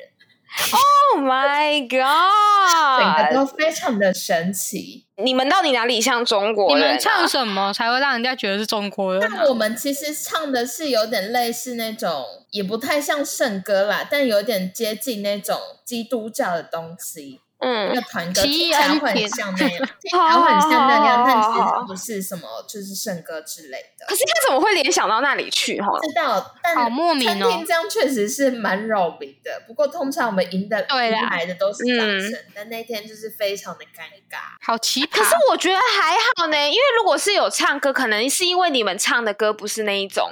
[SPEAKER 3] Oh my ”
[SPEAKER 1] 整个
[SPEAKER 3] god！
[SPEAKER 1] 都非常的神奇。
[SPEAKER 3] 你们到底哪里像中国
[SPEAKER 2] 你
[SPEAKER 3] 人、啊？
[SPEAKER 2] 们唱什么才会让人家觉得是中国人啊、
[SPEAKER 1] 但我们其实唱的是有点类似那种，也不太像圣歌啦，但有点接近那种基督教的东西。那
[SPEAKER 3] 嗯
[SPEAKER 1] 个团歌
[SPEAKER 2] 奇
[SPEAKER 1] 听
[SPEAKER 2] 异
[SPEAKER 1] 起来
[SPEAKER 2] 恩
[SPEAKER 1] 会很
[SPEAKER 2] 典
[SPEAKER 1] 像那样，听起来会很像那样，但其实它不是什么，就是圣歌之类的
[SPEAKER 3] 可。是他怎么会联想到那里去？哈，
[SPEAKER 1] 知道，但
[SPEAKER 2] 啊好莫名
[SPEAKER 1] 餐
[SPEAKER 2] 哦
[SPEAKER 1] 厅这样确实是蛮扰民的。不过通常我们赢的
[SPEAKER 2] 对
[SPEAKER 1] 赢
[SPEAKER 2] 啦
[SPEAKER 1] 来的都是掌
[SPEAKER 3] 嗯
[SPEAKER 1] 声，但那天就是非常的尴尬。
[SPEAKER 2] 好奇葩！
[SPEAKER 3] 可是我觉得还好呢，因为如果是有唱歌，可能是因为你们唱的歌不是那一种，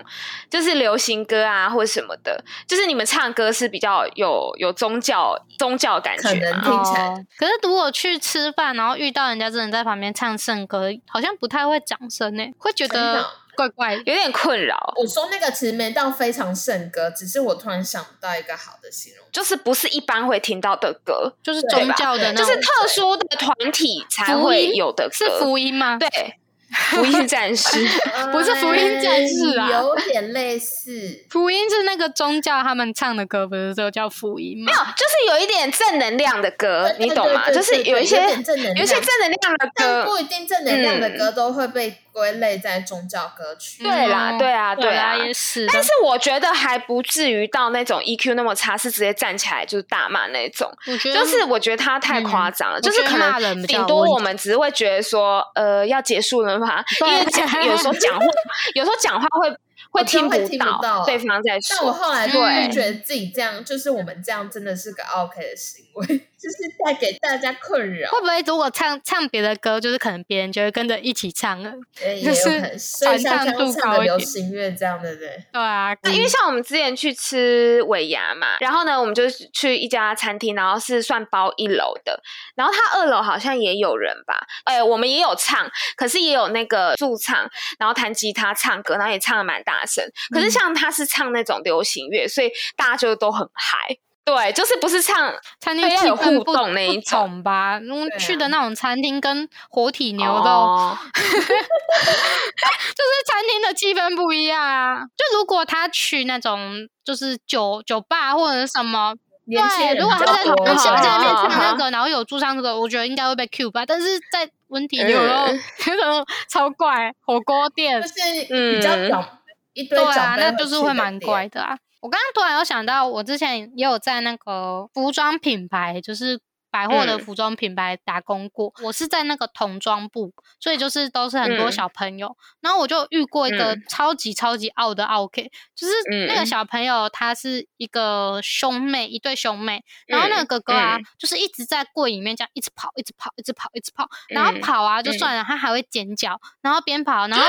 [SPEAKER 3] 就是流行歌啊或什么的，就是你们唱歌是比较有有宗教宗教感
[SPEAKER 1] 可
[SPEAKER 3] 觉
[SPEAKER 1] 能
[SPEAKER 3] 嘛。
[SPEAKER 1] 听起来
[SPEAKER 2] 哦，可是如果去吃饭，然后遇到人家真的在旁边唱圣歌，好像不太会掌声呢、欸会觉
[SPEAKER 1] 真的
[SPEAKER 2] 得
[SPEAKER 1] 哦
[SPEAKER 2] 怪怪的。
[SPEAKER 3] 有点困扰，
[SPEAKER 1] 我说那个其实没到非常圣歌，只是我突然想不到一个好的形容词。
[SPEAKER 3] 就是不是一般会听到的歌，
[SPEAKER 2] 就是
[SPEAKER 1] 嗯对
[SPEAKER 2] 宗
[SPEAKER 1] 吧
[SPEAKER 2] 教的那
[SPEAKER 3] 就
[SPEAKER 2] 种，
[SPEAKER 3] 是特殊的团体才会有的歌。
[SPEAKER 2] 是福音吗？
[SPEAKER 3] 对，福音 战士。
[SPEAKER 2] 不是福音战士啊
[SPEAKER 1] 哎有点类似。
[SPEAKER 2] 福音是那个宗教他们唱的歌，不是都叫福音吗
[SPEAKER 3] 没？有，就是有一点正能量的
[SPEAKER 2] 呃
[SPEAKER 3] 歌，你懂吗？
[SPEAKER 1] 对
[SPEAKER 3] 就
[SPEAKER 1] 对
[SPEAKER 3] 是
[SPEAKER 1] 对对
[SPEAKER 3] 有一些
[SPEAKER 1] 有点正能量
[SPEAKER 3] 有一些正能量的
[SPEAKER 1] 但
[SPEAKER 3] 歌，
[SPEAKER 1] 不一定正能量的歌都会被归类在宗教歌曲。
[SPEAKER 2] 嗯
[SPEAKER 3] 对啦，
[SPEAKER 2] 哦
[SPEAKER 3] 对啊，对啊。
[SPEAKER 2] 也是的。
[SPEAKER 3] 但是我觉得还不至于到那种 EQ 那么差，是直接站起来就是大骂那种。
[SPEAKER 2] 我觉得
[SPEAKER 3] 就是我觉得他太夸张了，
[SPEAKER 2] 嗯
[SPEAKER 3] 就是
[SPEAKER 2] 我觉
[SPEAKER 3] 可
[SPEAKER 2] 得骂人
[SPEAKER 3] 能
[SPEAKER 2] 比较有
[SPEAKER 3] 顶多
[SPEAKER 2] 问题
[SPEAKER 3] 我们只是会觉得说，呃，要结束了吗？因
[SPEAKER 2] 对
[SPEAKER 3] 为讲有时候讲话， 有时候讲话 会会
[SPEAKER 1] 我觉
[SPEAKER 3] 听
[SPEAKER 1] 得会听不
[SPEAKER 3] 到
[SPEAKER 1] 到
[SPEAKER 3] 对方在
[SPEAKER 1] 但我
[SPEAKER 3] 说。
[SPEAKER 1] 后来就
[SPEAKER 3] 对
[SPEAKER 1] 觉得自己这样，就是我们这样真的是个 OK 的行为， 就是带给大家困扰，
[SPEAKER 2] 会不会如果唱唱别的歌，就是可能别人就会跟着一起唱了？
[SPEAKER 1] 也有
[SPEAKER 2] 就是
[SPEAKER 1] 可能所以像
[SPEAKER 2] 传唱
[SPEAKER 1] 刚
[SPEAKER 2] 度
[SPEAKER 1] 唱
[SPEAKER 2] 高
[SPEAKER 1] 的
[SPEAKER 2] 一点
[SPEAKER 1] 流行乐这样，对不对？
[SPEAKER 2] 对啊，
[SPEAKER 3] 那因为像我们之前去吃尾牙嘛，然后呢，我们就去一家餐厅，然后是算包一楼的，然后它二楼好像也有人吧，哎，我们也有唱，可是也有那个驻唱，然后弹吉他唱歌，然后也唱的蛮大声。可
[SPEAKER 2] 嗯
[SPEAKER 3] 是像他是唱那种流行乐，所以大家就都很嗨。对，就是不是唱
[SPEAKER 2] 餐厅
[SPEAKER 3] 对要
[SPEAKER 2] 气
[SPEAKER 3] 有
[SPEAKER 2] 氛
[SPEAKER 3] 互
[SPEAKER 2] 不
[SPEAKER 3] 动那一
[SPEAKER 2] 不
[SPEAKER 3] 种
[SPEAKER 2] 同吧？因为
[SPEAKER 1] 对啊
[SPEAKER 2] 去的那种餐厅跟活体牛肉，
[SPEAKER 3] 哦
[SPEAKER 2] 就是餐厅的气氛不一样啊。就如果他去那种就是酒酒吧或者什么，
[SPEAKER 1] 年轻
[SPEAKER 2] 对，
[SPEAKER 1] 人
[SPEAKER 2] 如果他在
[SPEAKER 1] 比较多
[SPEAKER 2] 他
[SPEAKER 3] 好
[SPEAKER 2] 现
[SPEAKER 3] 好
[SPEAKER 2] 在那边
[SPEAKER 3] 好
[SPEAKER 2] 唱那
[SPEAKER 3] 好
[SPEAKER 2] 个，然后有驻唱这个，我觉得应该会被 Q 吧。但是在温体牛 肉那种超怪火锅店
[SPEAKER 1] 就，是比较长、一堆
[SPEAKER 2] 嗯对
[SPEAKER 1] 长
[SPEAKER 2] 啊，
[SPEAKER 1] 辈
[SPEAKER 2] 那
[SPEAKER 1] 会
[SPEAKER 2] 就是
[SPEAKER 1] 去
[SPEAKER 2] 会
[SPEAKER 1] 的
[SPEAKER 2] 蛮
[SPEAKER 1] 店
[SPEAKER 2] 乖的啊。我刚刚突然有想到，我之前也有在那个服装品牌，就是百货的
[SPEAKER 3] 嗯
[SPEAKER 2] 服装品牌打工过。我是在那个童装部，所以就是都是很多
[SPEAKER 3] 嗯
[SPEAKER 2] 小朋友。然后我就遇过一个
[SPEAKER 3] 嗯
[SPEAKER 2] 超级超级傲的傲 K，就是那
[SPEAKER 3] 嗯
[SPEAKER 2] 个小朋友他是一个兄妹，一对兄妹。然后那个哥哥啊，
[SPEAKER 3] 嗯
[SPEAKER 2] 就是一直在柜里面这样一直跑，一直跑，一直跑，一直跑。然后
[SPEAKER 3] 嗯
[SPEAKER 2] 跑啊就
[SPEAKER 3] 嗯
[SPEAKER 2] 算了，他还会尖叫，然后边跑，然后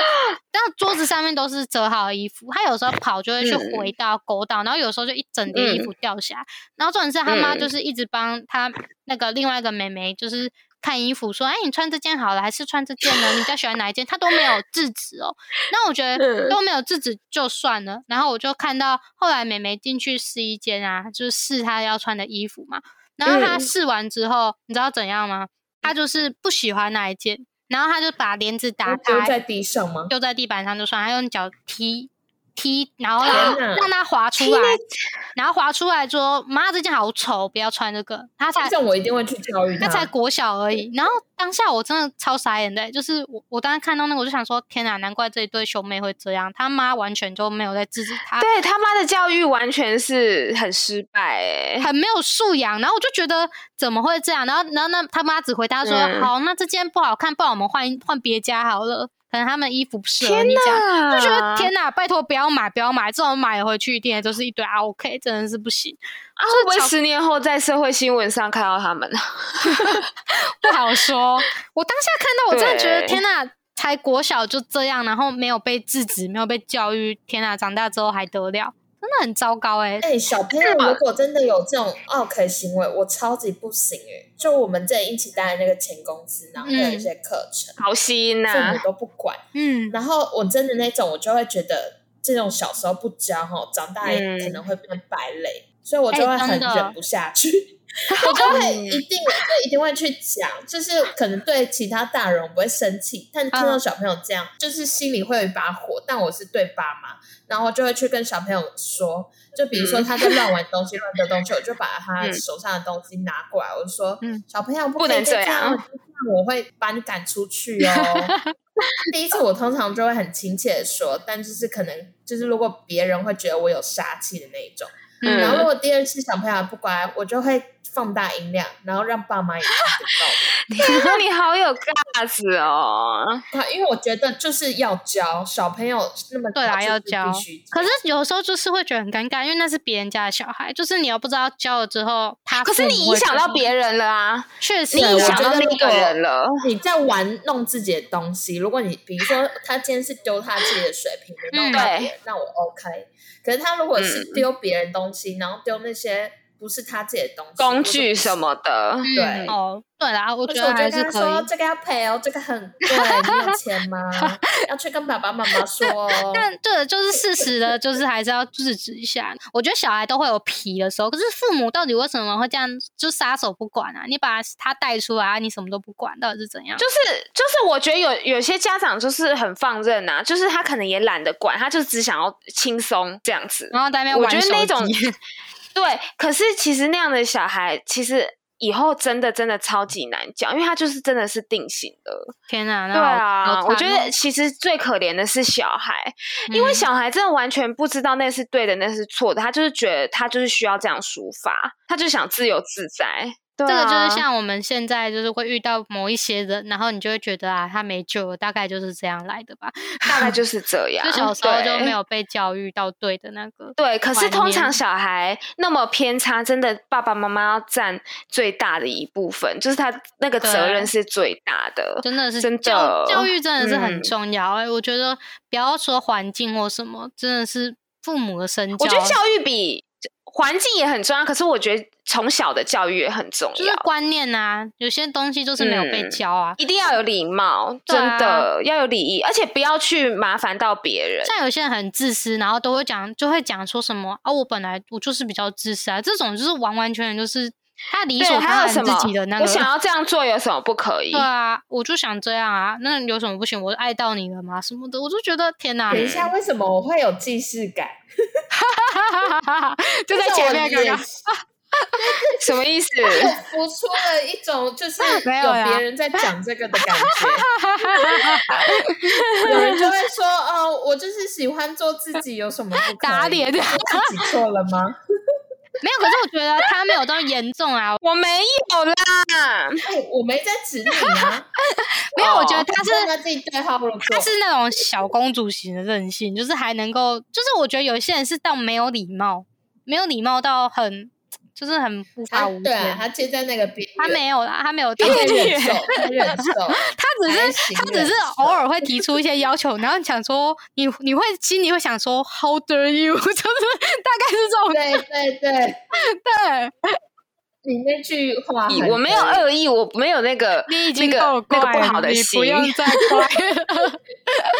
[SPEAKER 2] 那桌子上面都是折好的衣服，他有时候跑就会去
[SPEAKER 3] 嗯
[SPEAKER 2] 回到勾到，然后有时候就一整叠衣
[SPEAKER 3] 嗯
[SPEAKER 2] 服掉下来。然后重点是他妈
[SPEAKER 3] 嗯
[SPEAKER 2] 就是一直帮他那个另外一个妹妹就是。看衣服说：“哎，你穿这件好了，还是穿这件呢？你比较喜欢哪一件？”他都没有制止哦。那我觉得
[SPEAKER 3] 嗯
[SPEAKER 2] 都没有制止就算了。然后我就看到后来美眉进去试衣间啊，就是试她要穿的衣服嘛。然后她
[SPEAKER 3] 嗯
[SPEAKER 2] 试完之后，你知道怎样吗？她就是不喜欢那一件，然后她就把帘子打
[SPEAKER 1] 会丢在
[SPEAKER 2] 开，
[SPEAKER 1] 地上吗？
[SPEAKER 2] 丢在地板上就算，她用脚踢踢，然后
[SPEAKER 1] 天
[SPEAKER 2] 让
[SPEAKER 1] 哪
[SPEAKER 2] 让它滑出
[SPEAKER 3] 踢
[SPEAKER 2] 来
[SPEAKER 3] 那，
[SPEAKER 2] 然后滑出来说：“妈，这件好丑，不要穿这个。”她才
[SPEAKER 1] 这样我一定会去教育
[SPEAKER 2] 他啊才
[SPEAKER 3] 啊
[SPEAKER 1] 他。
[SPEAKER 2] 国小而已。然后当下我真的超傻眼的欸、就是我我当时看到那个，我就想说，天哪，难怪这一对兄妹会这样，他妈完全就没有在制止他，
[SPEAKER 3] 哦对他妈的教育完全是很失败哎、
[SPEAKER 2] 很没有素养。然后我就觉得怎么会这样？然后然后那他妈只回答说，
[SPEAKER 3] 嗯
[SPEAKER 2] 好，那这件不好看，不然我们换一换别家好了，可能他们衣服不适合你这样。
[SPEAKER 3] 哪
[SPEAKER 2] 就觉得天哪，拜托不要买，不要买！这种买回去一定也就是一堆啊 OK，真的是不行，
[SPEAKER 3] 啊，会不会
[SPEAKER 2] 超
[SPEAKER 3] 十年后在社会新闻上看到他们啊？
[SPEAKER 2] 不好说。我当下看到，我真的觉得
[SPEAKER 3] 对
[SPEAKER 2] 天哪，才国小就这样，然后没有被制止，没有被教育，天哪！长大之后还得了？真的很糟糕哎、
[SPEAKER 1] 哎、小朋友如果真的有这种 OK 行为，我超级不行哎、就我们这一起待的那个前公司，然后会有一些课程，
[SPEAKER 3] 好啊吸音
[SPEAKER 1] 父
[SPEAKER 3] 呐、
[SPEAKER 1] 母都不管。
[SPEAKER 2] 嗯，
[SPEAKER 1] 然后我真的那种，我就会觉得这种小时候不教哈，长大也可能会变败类，所以我就会
[SPEAKER 2] 嗯哎
[SPEAKER 1] 很
[SPEAKER 2] 真的
[SPEAKER 1] 忍不下去。我就会
[SPEAKER 3] 嗯
[SPEAKER 1] 一定，我就一定会去讲，就是可能对其他大人我不会生气，但听
[SPEAKER 3] 嗯
[SPEAKER 1] 到小朋友这样，就是心里会有一把火。但我是对爸妈，然后就会去跟小朋友说，就比如说他在乱玩东西、乱丢东西，我就把他
[SPEAKER 3] 嗯
[SPEAKER 1] 手上的东西拿过来，我就说：“
[SPEAKER 2] 嗯
[SPEAKER 1] 小朋友
[SPEAKER 3] 不
[SPEAKER 1] 可以
[SPEAKER 3] 能
[SPEAKER 1] 再
[SPEAKER 3] 这
[SPEAKER 1] 这
[SPEAKER 3] 样
[SPEAKER 1] 样，这样我会把你赶出去哦。” 第一次我通常就会很亲切的说，但就是可能就是如果别人会觉得我有杀气的那一种，
[SPEAKER 2] 嗯
[SPEAKER 1] 然后如果第二次小朋友还不乖，我就会放大音量，然后让爸妈也听得
[SPEAKER 3] 天哪，你好有架子哦！
[SPEAKER 1] 到。因为我觉得就是要教小朋友那么
[SPEAKER 2] 对啦
[SPEAKER 1] 小就是
[SPEAKER 2] 要教
[SPEAKER 1] 必须
[SPEAKER 2] 可是有时候就是会觉得很尴尬，因为那是别人家的小孩，就是你又不知道教了之后，他
[SPEAKER 3] 可是你
[SPEAKER 2] 父母会
[SPEAKER 3] 影响到
[SPEAKER 2] 怎么样，
[SPEAKER 3] 别人了啊，
[SPEAKER 2] 确实
[SPEAKER 3] 你
[SPEAKER 1] 啊
[SPEAKER 3] 影响
[SPEAKER 1] 我觉
[SPEAKER 3] 到
[SPEAKER 1] 得
[SPEAKER 3] 那
[SPEAKER 1] 如果
[SPEAKER 3] 个人了。
[SPEAKER 1] 你在玩弄自己的东西，如果你比如说他今天是丢他自己的水瓶，你弄
[SPEAKER 2] 嗯
[SPEAKER 1] 到
[SPEAKER 3] 对
[SPEAKER 1] 别人，那我 OK。可是他如果
[SPEAKER 3] 嗯
[SPEAKER 1] 是丢别人东西，然后丢那些不是他自己的东西，
[SPEAKER 3] 工具什
[SPEAKER 1] 么。
[SPEAKER 3] 么的，
[SPEAKER 2] 嗯
[SPEAKER 1] 对
[SPEAKER 2] 哦，对啦，我
[SPEAKER 1] 而
[SPEAKER 2] 觉
[SPEAKER 1] 且我
[SPEAKER 2] 得
[SPEAKER 1] 就
[SPEAKER 2] 还
[SPEAKER 1] 跟
[SPEAKER 2] 是
[SPEAKER 1] 他
[SPEAKER 2] 可
[SPEAKER 1] 说
[SPEAKER 2] 以。
[SPEAKER 1] 这个要赔哦，这个很贵，你有钱 吗？要去跟爸爸妈妈说哦。
[SPEAKER 2] 但对，就是事实的，就是还是要制止一下。我觉得小孩都会有皮的时候，可是父母到底为什么会这样，就撒手不管啊？你把他带出来啊，你什么都不管，到底是怎样？
[SPEAKER 3] 就是就是，我觉得有有些家长就是很放任呐、就是他可能也懒得管，他就只想要轻松这样子。
[SPEAKER 2] 然后在那边
[SPEAKER 3] 我
[SPEAKER 2] 嗯玩
[SPEAKER 3] 觉得
[SPEAKER 2] 手
[SPEAKER 3] 那
[SPEAKER 2] 机
[SPEAKER 3] 种对，可是其实那样的小孩，其实以后真的真的超级难教，因为他就是真的是定型的。
[SPEAKER 2] 天 啊，那
[SPEAKER 3] 对
[SPEAKER 2] 好
[SPEAKER 3] 啊，
[SPEAKER 2] 好
[SPEAKER 3] 我
[SPEAKER 2] 惨
[SPEAKER 3] 觉
[SPEAKER 2] 哦
[SPEAKER 3] 得其实最可怜的是小孩，因为
[SPEAKER 2] 嗯
[SPEAKER 3] 小孩真的完全不知道那是对的，那是错的，他就是觉得他就是需要这样抒发，他就想自由自在。对
[SPEAKER 2] 这个
[SPEAKER 3] 啊
[SPEAKER 2] 就是像我们现在就是会遇到某一些人，然后你就会觉得啊，他没救了，大概就是这样来的吧。
[SPEAKER 3] 大概就是这样，
[SPEAKER 2] 就小时候就
[SPEAKER 3] 对
[SPEAKER 2] 没有被教育到对的那个，
[SPEAKER 3] 对，可是
[SPEAKER 2] 观
[SPEAKER 3] 通常
[SPEAKER 2] 念
[SPEAKER 3] 小孩那么偏差，真的爸爸妈妈要占最大的一部分，就是他那个责任
[SPEAKER 2] 对
[SPEAKER 3] 是最大的。
[SPEAKER 2] 真的是
[SPEAKER 3] 真
[SPEAKER 2] 教
[SPEAKER 3] 的
[SPEAKER 2] 教育真的是很
[SPEAKER 3] 嗯
[SPEAKER 2] 重要、哎、我觉得不要说环境或什么，真的是父母的身教，
[SPEAKER 3] 我觉得教育比环境也很重要，可是我觉得从小的教育也很重
[SPEAKER 2] 就是
[SPEAKER 3] 要，
[SPEAKER 2] 观念啊，有些东西就是没有被
[SPEAKER 3] 嗯
[SPEAKER 2] 教啊。
[SPEAKER 3] 一定要有礼貌，
[SPEAKER 2] 对
[SPEAKER 3] 真
[SPEAKER 2] 啊
[SPEAKER 3] 的要有礼仪，而且不要去麻烦到别人。
[SPEAKER 2] 像有些人很自私，然后都会讲，就会讲说什么啊，我本来我就是比较自私啊，这种就是完完全全就是他理
[SPEAKER 3] 对，
[SPEAKER 2] 所当
[SPEAKER 3] 还有
[SPEAKER 2] 然
[SPEAKER 3] 什
[SPEAKER 2] 自
[SPEAKER 3] 么
[SPEAKER 2] 己的那？个。
[SPEAKER 3] 我想要这样做，有什么不可 以
[SPEAKER 2] 对？啊，我就想这样啊，那有什么不行？我爱到你了吗？什么的，我就觉得天哪
[SPEAKER 1] 等，一下，为什么我会有既视感？
[SPEAKER 2] 就在前面
[SPEAKER 1] 就是
[SPEAKER 2] 刚
[SPEAKER 1] 我
[SPEAKER 2] 刚
[SPEAKER 1] 脸
[SPEAKER 3] 什么 意思？
[SPEAKER 1] 浮出了一种就是
[SPEAKER 2] 没有啦
[SPEAKER 1] 有别人在讲这个的感 觉。有人就会说：“哦，我就是喜欢做自己，有什么不可以
[SPEAKER 2] 打脸没有，
[SPEAKER 1] 自己错了吗
[SPEAKER 2] 可是我觉得他没有到严重啊，
[SPEAKER 3] 我没有啦，？”
[SPEAKER 1] 哎，我没在指你啊，
[SPEAKER 2] 没有，我觉得
[SPEAKER 3] 哦
[SPEAKER 2] 他是
[SPEAKER 1] 你让他自己对号入座
[SPEAKER 2] 他。是那种小公主型的任性，就是还能够，就是我觉得有些人是到没有礼貌，没有礼貌到很，就是很无法
[SPEAKER 1] 他
[SPEAKER 2] 无
[SPEAKER 1] 对啊，
[SPEAKER 2] 天。
[SPEAKER 1] 他接在那个边缘，
[SPEAKER 2] 他没有啦，他没有到
[SPEAKER 1] 他，可以忍
[SPEAKER 3] 边
[SPEAKER 1] 受
[SPEAKER 3] 缘，
[SPEAKER 1] 他忍受，
[SPEAKER 2] 他 只是他只是偶尔会提出一些要求，然后你想说你你会心里会想说 How dare you，就是 大概是这种
[SPEAKER 1] 对对对，
[SPEAKER 2] 对。
[SPEAKER 1] 你那句话很
[SPEAKER 3] 我没有恶意，我没有那个
[SPEAKER 2] 你已经
[SPEAKER 3] 那
[SPEAKER 2] 够
[SPEAKER 3] 个
[SPEAKER 2] 怪了，
[SPEAKER 3] 那个不好的
[SPEAKER 2] 你
[SPEAKER 3] 心
[SPEAKER 2] 不。用再怪了。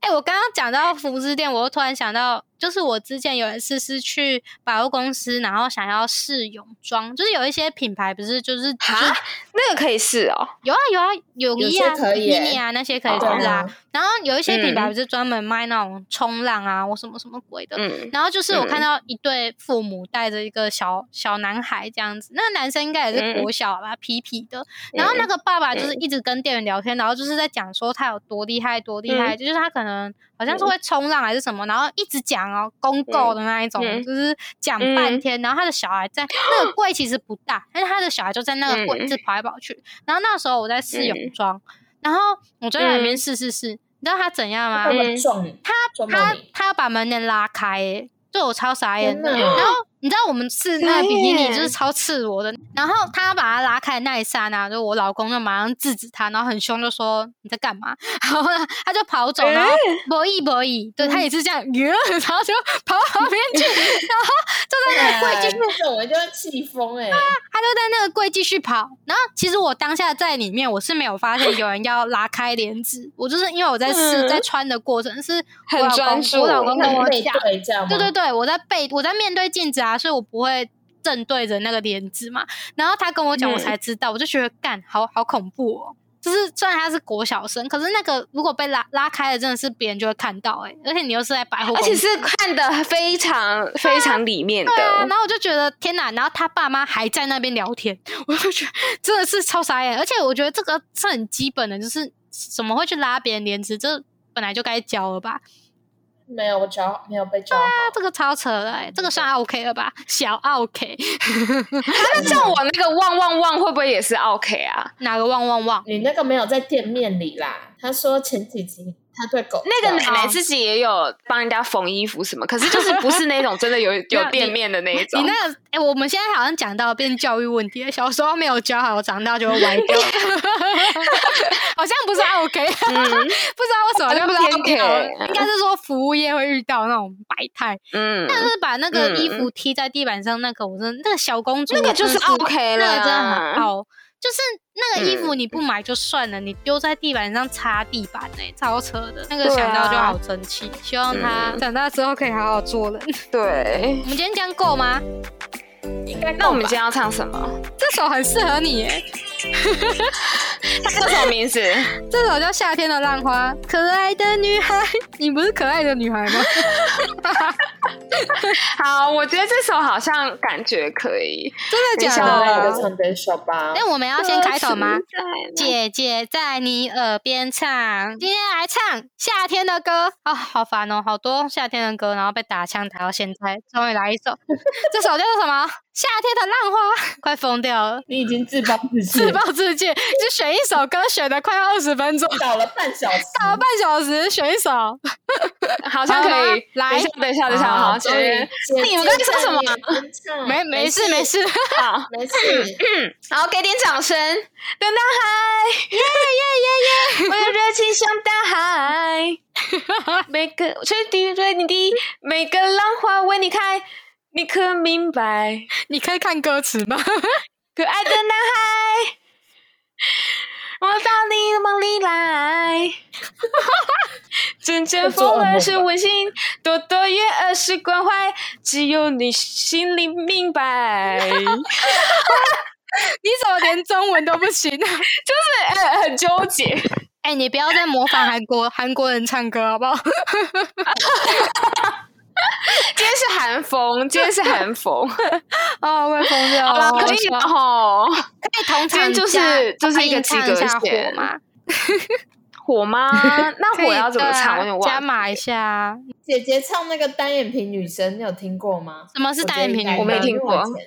[SPEAKER 2] 哎、我刚刚讲到服饰店，我又突然想到，就是我之前有一次是去百货公司，然后想要试泳装，就是有一些品牌不是就是就是
[SPEAKER 3] 哈，那个可以试哦。
[SPEAKER 2] 有啊有啊泳
[SPEAKER 1] 有
[SPEAKER 2] 衣
[SPEAKER 1] 些
[SPEAKER 2] 啊、
[SPEAKER 1] 可以
[SPEAKER 2] mini
[SPEAKER 1] 欸
[SPEAKER 2] 啊那些可以
[SPEAKER 1] 对
[SPEAKER 2] 试啊
[SPEAKER 1] 啊。
[SPEAKER 2] 然后有一些品牌
[SPEAKER 3] 嗯
[SPEAKER 2] 不是专门卖那种冲浪啊或什么什么鬼的，
[SPEAKER 3] 嗯，
[SPEAKER 2] 然后就是我看
[SPEAKER 3] 嗯
[SPEAKER 2] 到一对父母带着一个小小男孩这样子，那个男生应该也是
[SPEAKER 3] 嗯
[SPEAKER 2] 国小吧，皮皮的。然后那个爸爸就是一直跟店员聊天，然后就是在讲说他有多厉害，多
[SPEAKER 3] 嗯
[SPEAKER 2] 厉害，就是他可能好像是会冲浪还是什么，然后一直讲哦，公购的那一种，
[SPEAKER 3] 嗯
[SPEAKER 2] 就是讲半天。然后他的小孩在那个柜其实不大，但是他的小孩就在那个柜
[SPEAKER 3] 嗯
[SPEAKER 2] 一直跑来跑去。然后那时候我在试泳
[SPEAKER 3] 嗯
[SPEAKER 2] 装，然后我就在里面试试试，你知道他怎样吗？
[SPEAKER 3] 嗯
[SPEAKER 1] 他们撞你，他撞到
[SPEAKER 2] 他
[SPEAKER 1] 你，
[SPEAKER 2] 他要把门帘拉开、欸，对我超傻眼的。
[SPEAKER 1] 天哪
[SPEAKER 2] 然后你知道我们是那个比基
[SPEAKER 3] 对
[SPEAKER 2] 尼
[SPEAKER 3] 耶
[SPEAKER 2] 就是超赤裸的，然后他把他拉开的那一刹那，就我老公就马上制止他，然后很凶就说你在干嘛？ 然后呢他就跑走，然后博弈博弈，对他也是这样， 耶然后就跑到旁边去，然后就在那个柜继续
[SPEAKER 1] 这种我就会气疯哎，
[SPEAKER 2] 他就在那个柜继续跑。然后其实我当下在里面，我是没有发现有人要拉开帘子，我就是因为我在试、
[SPEAKER 3] 嗯
[SPEAKER 2] 在穿的过程是我
[SPEAKER 3] 很
[SPEAKER 2] 老公
[SPEAKER 3] 专注
[SPEAKER 2] 我老公跟我
[SPEAKER 1] 背
[SPEAKER 2] 讲，
[SPEAKER 1] 对这样吗？
[SPEAKER 2] 对对对，我在背我在面对镜子啊，所以我不会。正对着那个帘子嘛，然后他跟我讲，我
[SPEAKER 3] 嗯
[SPEAKER 2] 才知道，我就觉得干好好恐怖哦。就是虽然他是国小生，可是那个如果被拉拉开了，真的是别人就会看到哎、而且你又是在百货公
[SPEAKER 3] 而
[SPEAKER 2] 司，
[SPEAKER 3] 且是看的非常非常里面
[SPEAKER 2] 对啊，
[SPEAKER 3] 的，哦
[SPEAKER 2] 然后我就觉得天哪，然后他爸妈还在那边聊天，我就觉得真的是超傻眼。而且我觉得这个是很基本的，就是怎么会去拉别人帘子，这本来就该教了吧？
[SPEAKER 1] 没有我教没有被教好，
[SPEAKER 2] 那这个超扯的、欸，这个算 OK 了吧？小 OK，
[SPEAKER 3] 那像我那个旺旺旺会不会也是 OK 啊？
[SPEAKER 2] 哪个旺旺旺？
[SPEAKER 1] 你那个没有在店面里啦。他说前几集他对狗
[SPEAKER 3] 那个
[SPEAKER 1] 叫
[SPEAKER 3] 奶奶自己也有帮人家缝衣服什么，可是就是不是那种真的 有有店面的那一
[SPEAKER 2] 你
[SPEAKER 3] 种。
[SPEAKER 2] 那个，哎、我们现在好像讲到变教育问题了，小时候没有教好，长大就会歪 掉，好像不是 OK，、
[SPEAKER 3] 嗯
[SPEAKER 2] 不知道为什么就
[SPEAKER 3] 好像
[SPEAKER 2] 不
[SPEAKER 3] 偏
[SPEAKER 2] 到，
[SPEAKER 3] 给
[SPEAKER 2] 应该是说服务业会遇到那种百态。
[SPEAKER 3] 嗯，
[SPEAKER 2] 但是把那个衣
[SPEAKER 3] 嗯
[SPEAKER 2] 服踢在地板上，那个我真的那个小公主，
[SPEAKER 3] 那个
[SPEAKER 2] 我真
[SPEAKER 3] 就
[SPEAKER 2] 的
[SPEAKER 3] 是 OK 了
[SPEAKER 2] 那个真的
[SPEAKER 3] 啦
[SPEAKER 2] 很傲。就是那个衣服你不买就算了，你丢在地板上擦地板哎、超扯的。那个
[SPEAKER 3] 对啊
[SPEAKER 2] 想到就好生气，希望她
[SPEAKER 3] 嗯
[SPEAKER 2] 长大之后可以好好做 人。
[SPEAKER 3] 对
[SPEAKER 2] 我。们今天这样够吗？
[SPEAKER 1] 应该
[SPEAKER 3] 那我们
[SPEAKER 1] 够吧
[SPEAKER 3] 今天要唱什么？
[SPEAKER 2] 这首很适合你、欸，
[SPEAKER 3] 它叫什么名字？
[SPEAKER 2] 这首叫《夏天的浪花》。可爱的女孩， 你不是可爱的女孩吗？
[SPEAKER 3] 好，我觉得这首好像感觉可以。
[SPEAKER 2] 真的
[SPEAKER 3] 等一
[SPEAKER 2] 假
[SPEAKER 3] 下
[SPEAKER 2] 的
[SPEAKER 1] 那
[SPEAKER 3] 我
[SPEAKER 1] 我
[SPEAKER 3] 要
[SPEAKER 1] 就
[SPEAKER 2] 啊？
[SPEAKER 1] 唱这首吧。
[SPEAKER 2] 那我们要先开头吗？
[SPEAKER 3] 歌词在哪？
[SPEAKER 2] 姐姐在你耳边唱，今天来唱夏天的歌啊、好烦哦，好多夏天的歌，然后被打枪打到现在，终于来一 首，这首叫做什么？夏天的浪花，快疯掉 了，
[SPEAKER 1] 你已经自暴自弃
[SPEAKER 2] 自暴自弃，就选一首歌，选了快要二十分钟，
[SPEAKER 1] 搞了半小时，
[SPEAKER 2] 打了半小时，选一 首，
[SPEAKER 3] 好像可
[SPEAKER 2] 好吗
[SPEAKER 3] 以。
[SPEAKER 2] 来
[SPEAKER 3] 等一下，等一下，等一下，
[SPEAKER 2] 好
[SPEAKER 3] 好，姐
[SPEAKER 1] 终于
[SPEAKER 3] 姐，你们刚刚说什么？
[SPEAKER 2] 没没事没
[SPEAKER 1] 事
[SPEAKER 2] 事，
[SPEAKER 3] 好。
[SPEAKER 1] 没事，
[SPEAKER 3] 好，给点掌声，等大海，耶耶耶耶，我的热情像大海，每个吹滴吹你滴，每个浪花为你开，你可明白？
[SPEAKER 2] 你可以看歌词吗？
[SPEAKER 3] 可爱的男孩，我到你的梦里 来。阵阵风儿是温馨，朵朵月儿是关怀，只有你心里明白。
[SPEAKER 2] 你怎么连中文都不 行啊？
[SPEAKER 3] 呃，很纠结。
[SPEAKER 2] 哎、你不要再模仿韩国韩国人唱歌好不好？
[SPEAKER 3] 今天是寒 风，今天是寒 风，
[SPEAKER 2] 啊、快疯掉
[SPEAKER 3] 好
[SPEAKER 2] 了，
[SPEAKER 3] 啦，可以了哦吼。
[SPEAKER 2] 可以同
[SPEAKER 3] 今天
[SPEAKER 2] 场
[SPEAKER 3] 就是
[SPEAKER 2] 加
[SPEAKER 3] 就是一个
[SPEAKER 2] 硬唱
[SPEAKER 3] 及格
[SPEAKER 2] 下火
[SPEAKER 3] 线
[SPEAKER 2] 嘛，
[SPEAKER 3] 火吗？ 那
[SPEAKER 2] 可以
[SPEAKER 3] 火要怎么
[SPEAKER 2] 对啊
[SPEAKER 3] 唱？我有点
[SPEAKER 2] 加
[SPEAKER 3] 忘了。
[SPEAKER 2] 码一下啊。
[SPEAKER 1] 姐姐唱那个单眼皮女生，你有听过吗？
[SPEAKER 2] 什么是单眼皮女生
[SPEAKER 1] 我觉得应该有
[SPEAKER 3] 我没听过。
[SPEAKER 1] 因为我以前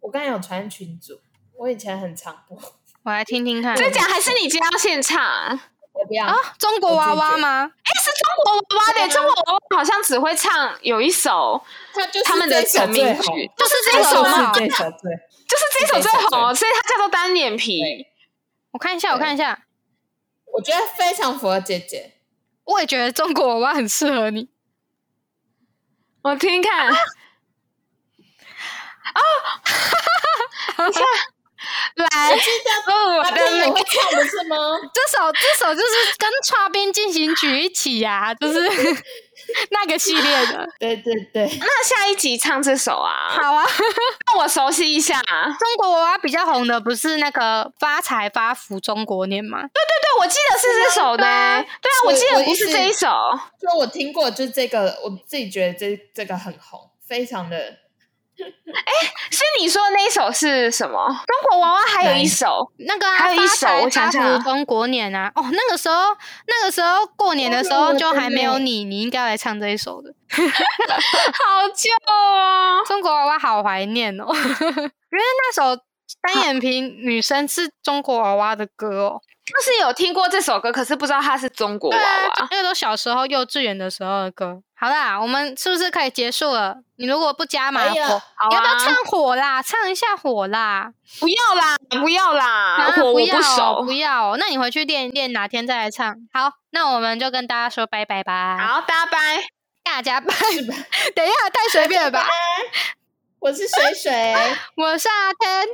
[SPEAKER 1] 我刚才有传群组，我以前很常播，
[SPEAKER 2] 我来听听看。
[SPEAKER 3] 真假还是你今天要现唱？哎，
[SPEAKER 1] 我不要。
[SPEAKER 2] 啊？中国娃娃吗？
[SPEAKER 3] 是中国娃娃
[SPEAKER 1] 对啊
[SPEAKER 3] 的，中国娃娃好像只会唱有一首
[SPEAKER 1] 他就是
[SPEAKER 3] 他们的
[SPEAKER 1] 这首
[SPEAKER 3] 成名
[SPEAKER 1] 最红
[SPEAKER 3] 曲，
[SPEAKER 2] 就是
[SPEAKER 1] 就
[SPEAKER 2] 这
[SPEAKER 1] 是
[SPEAKER 2] 首吗？
[SPEAKER 1] 这首最红
[SPEAKER 3] 就是这首最
[SPEAKER 1] 这首最
[SPEAKER 3] 红，所以它叫做单眼皮。
[SPEAKER 1] 对
[SPEAKER 2] 我看一下，我看一下。
[SPEAKER 1] 我觉得非常符合姐 姐。
[SPEAKER 2] 我也觉得中国娃娃很适合你。
[SPEAKER 3] 我听听看。 啊！等一下， 来自我
[SPEAKER 1] 他
[SPEAKER 3] 的
[SPEAKER 1] 朋友
[SPEAKER 3] 美
[SPEAKER 1] 会唱不是吗？
[SPEAKER 2] 这首这首就是跟《刷冰进行曲》一起呀、就是 那个系列的。
[SPEAKER 1] 对对对，
[SPEAKER 3] 那下一集唱这首啊，
[SPEAKER 2] 好啊，
[SPEAKER 3] 让我熟悉一下。
[SPEAKER 2] 中国娃娃比较红的不是那个发财发福中国年吗？
[SPEAKER 3] 对，我记得是这首
[SPEAKER 2] 对啊
[SPEAKER 3] 呢。对啊，我
[SPEAKER 1] 我
[SPEAKER 3] 记
[SPEAKER 1] 我
[SPEAKER 3] 得
[SPEAKER 1] 一
[SPEAKER 3] 不是
[SPEAKER 1] 直
[SPEAKER 3] 这一首。
[SPEAKER 1] 就我听过，就是这个，我自己觉得这这个很红，非常的。
[SPEAKER 3] 是你说的那一首是什么？中国娃娃还有一首，
[SPEAKER 2] 那个、啊、
[SPEAKER 3] 还有一
[SPEAKER 2] 发
[SPEAKER 3] 首
[SPEAKER 2] 财
[SPEAKER 3] 我想
[SPEAKER 2] 发
[SPEAKER 3] 想啊
[SPEAKER 2] 福中国年啊，哦，那个时候那个时候过年的时候
[SPEAKER 1] 中国
[SPEAKER 2] 就还没有
[SPEAKER 1] 真的
[SPEAKER 2] 你，你应该来唱这一首的。
[SPEAKER 3] 好旧哦。
[SPEAKER 2] 中国娃娃好怀念 哦，因为那首单眼皮女生是中国娃娃的歌哦。
[SPEAKER 3] 就是有听过这首歌，可是不知道它是中国娃
[SPEAKER 2] 对啊，
[SPEAKER 3] 娃。
[SPEAKER 2] 那个都小时候幼稚园的时候的歌。好啦，我们是不是可以结束了？你如果不加码火，
[SPEAKER 1] 哎呀
[SPEAKER 3] 好
[SPEAKER 2] 你要不要
[SPEAKER 3] 啊
[SPEAKER 2] 唱火啦？唱一下火啦！
[SPEAKER 3] 不要啦，不要啦，
[SPEAKER 2] 啊
[SPEAKER 3] 我我
[SPEAKER 2] 要
[SPEAKER 3] 不熟
[SPEAKER 2] 不。要、那你回去练一练，哪天再来唱。好，那我们就跟大家说拜拜吧。，
[SPEAKER 3] 好，大家拜。
[SPEAKER 2] 大家拜。
[SPEAKER 1] 是吧？
[SPEAKER 2] 等一下，太随便 了吧？
[SPEAKER 1] 我是水水，
[SPEAKER 2] 我是阿天，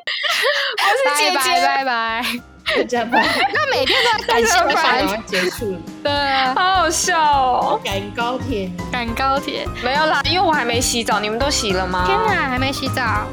[SPEAKER 3] 我哦是姐
[SPEAKER 2] 拜
[SPEAKER 3] 姐
[SPEAKER 2] 拜拜拜。
[SPEAKER 1] 大家拜。
[SPEAKER 2] 那每天都在赶
[SPEAKER 1] 我
[SPEAKER 2] 上
[SPEAKER 1] 想
[SPEAKER 2] 班，
[SPEAKER 1] 要结束，
[SPEAKER 2] 对啊，
[SPEAKER 3] 好好笑哦！
[SPEAKER 1] 赶高铁。
[SPEAKER 2] 赶高铁。
[SPEAKER 3] 没有啦，因为我还没洗澡，你们都洗了吗？
[SPEAKER 2] 天哪，还没洗澡。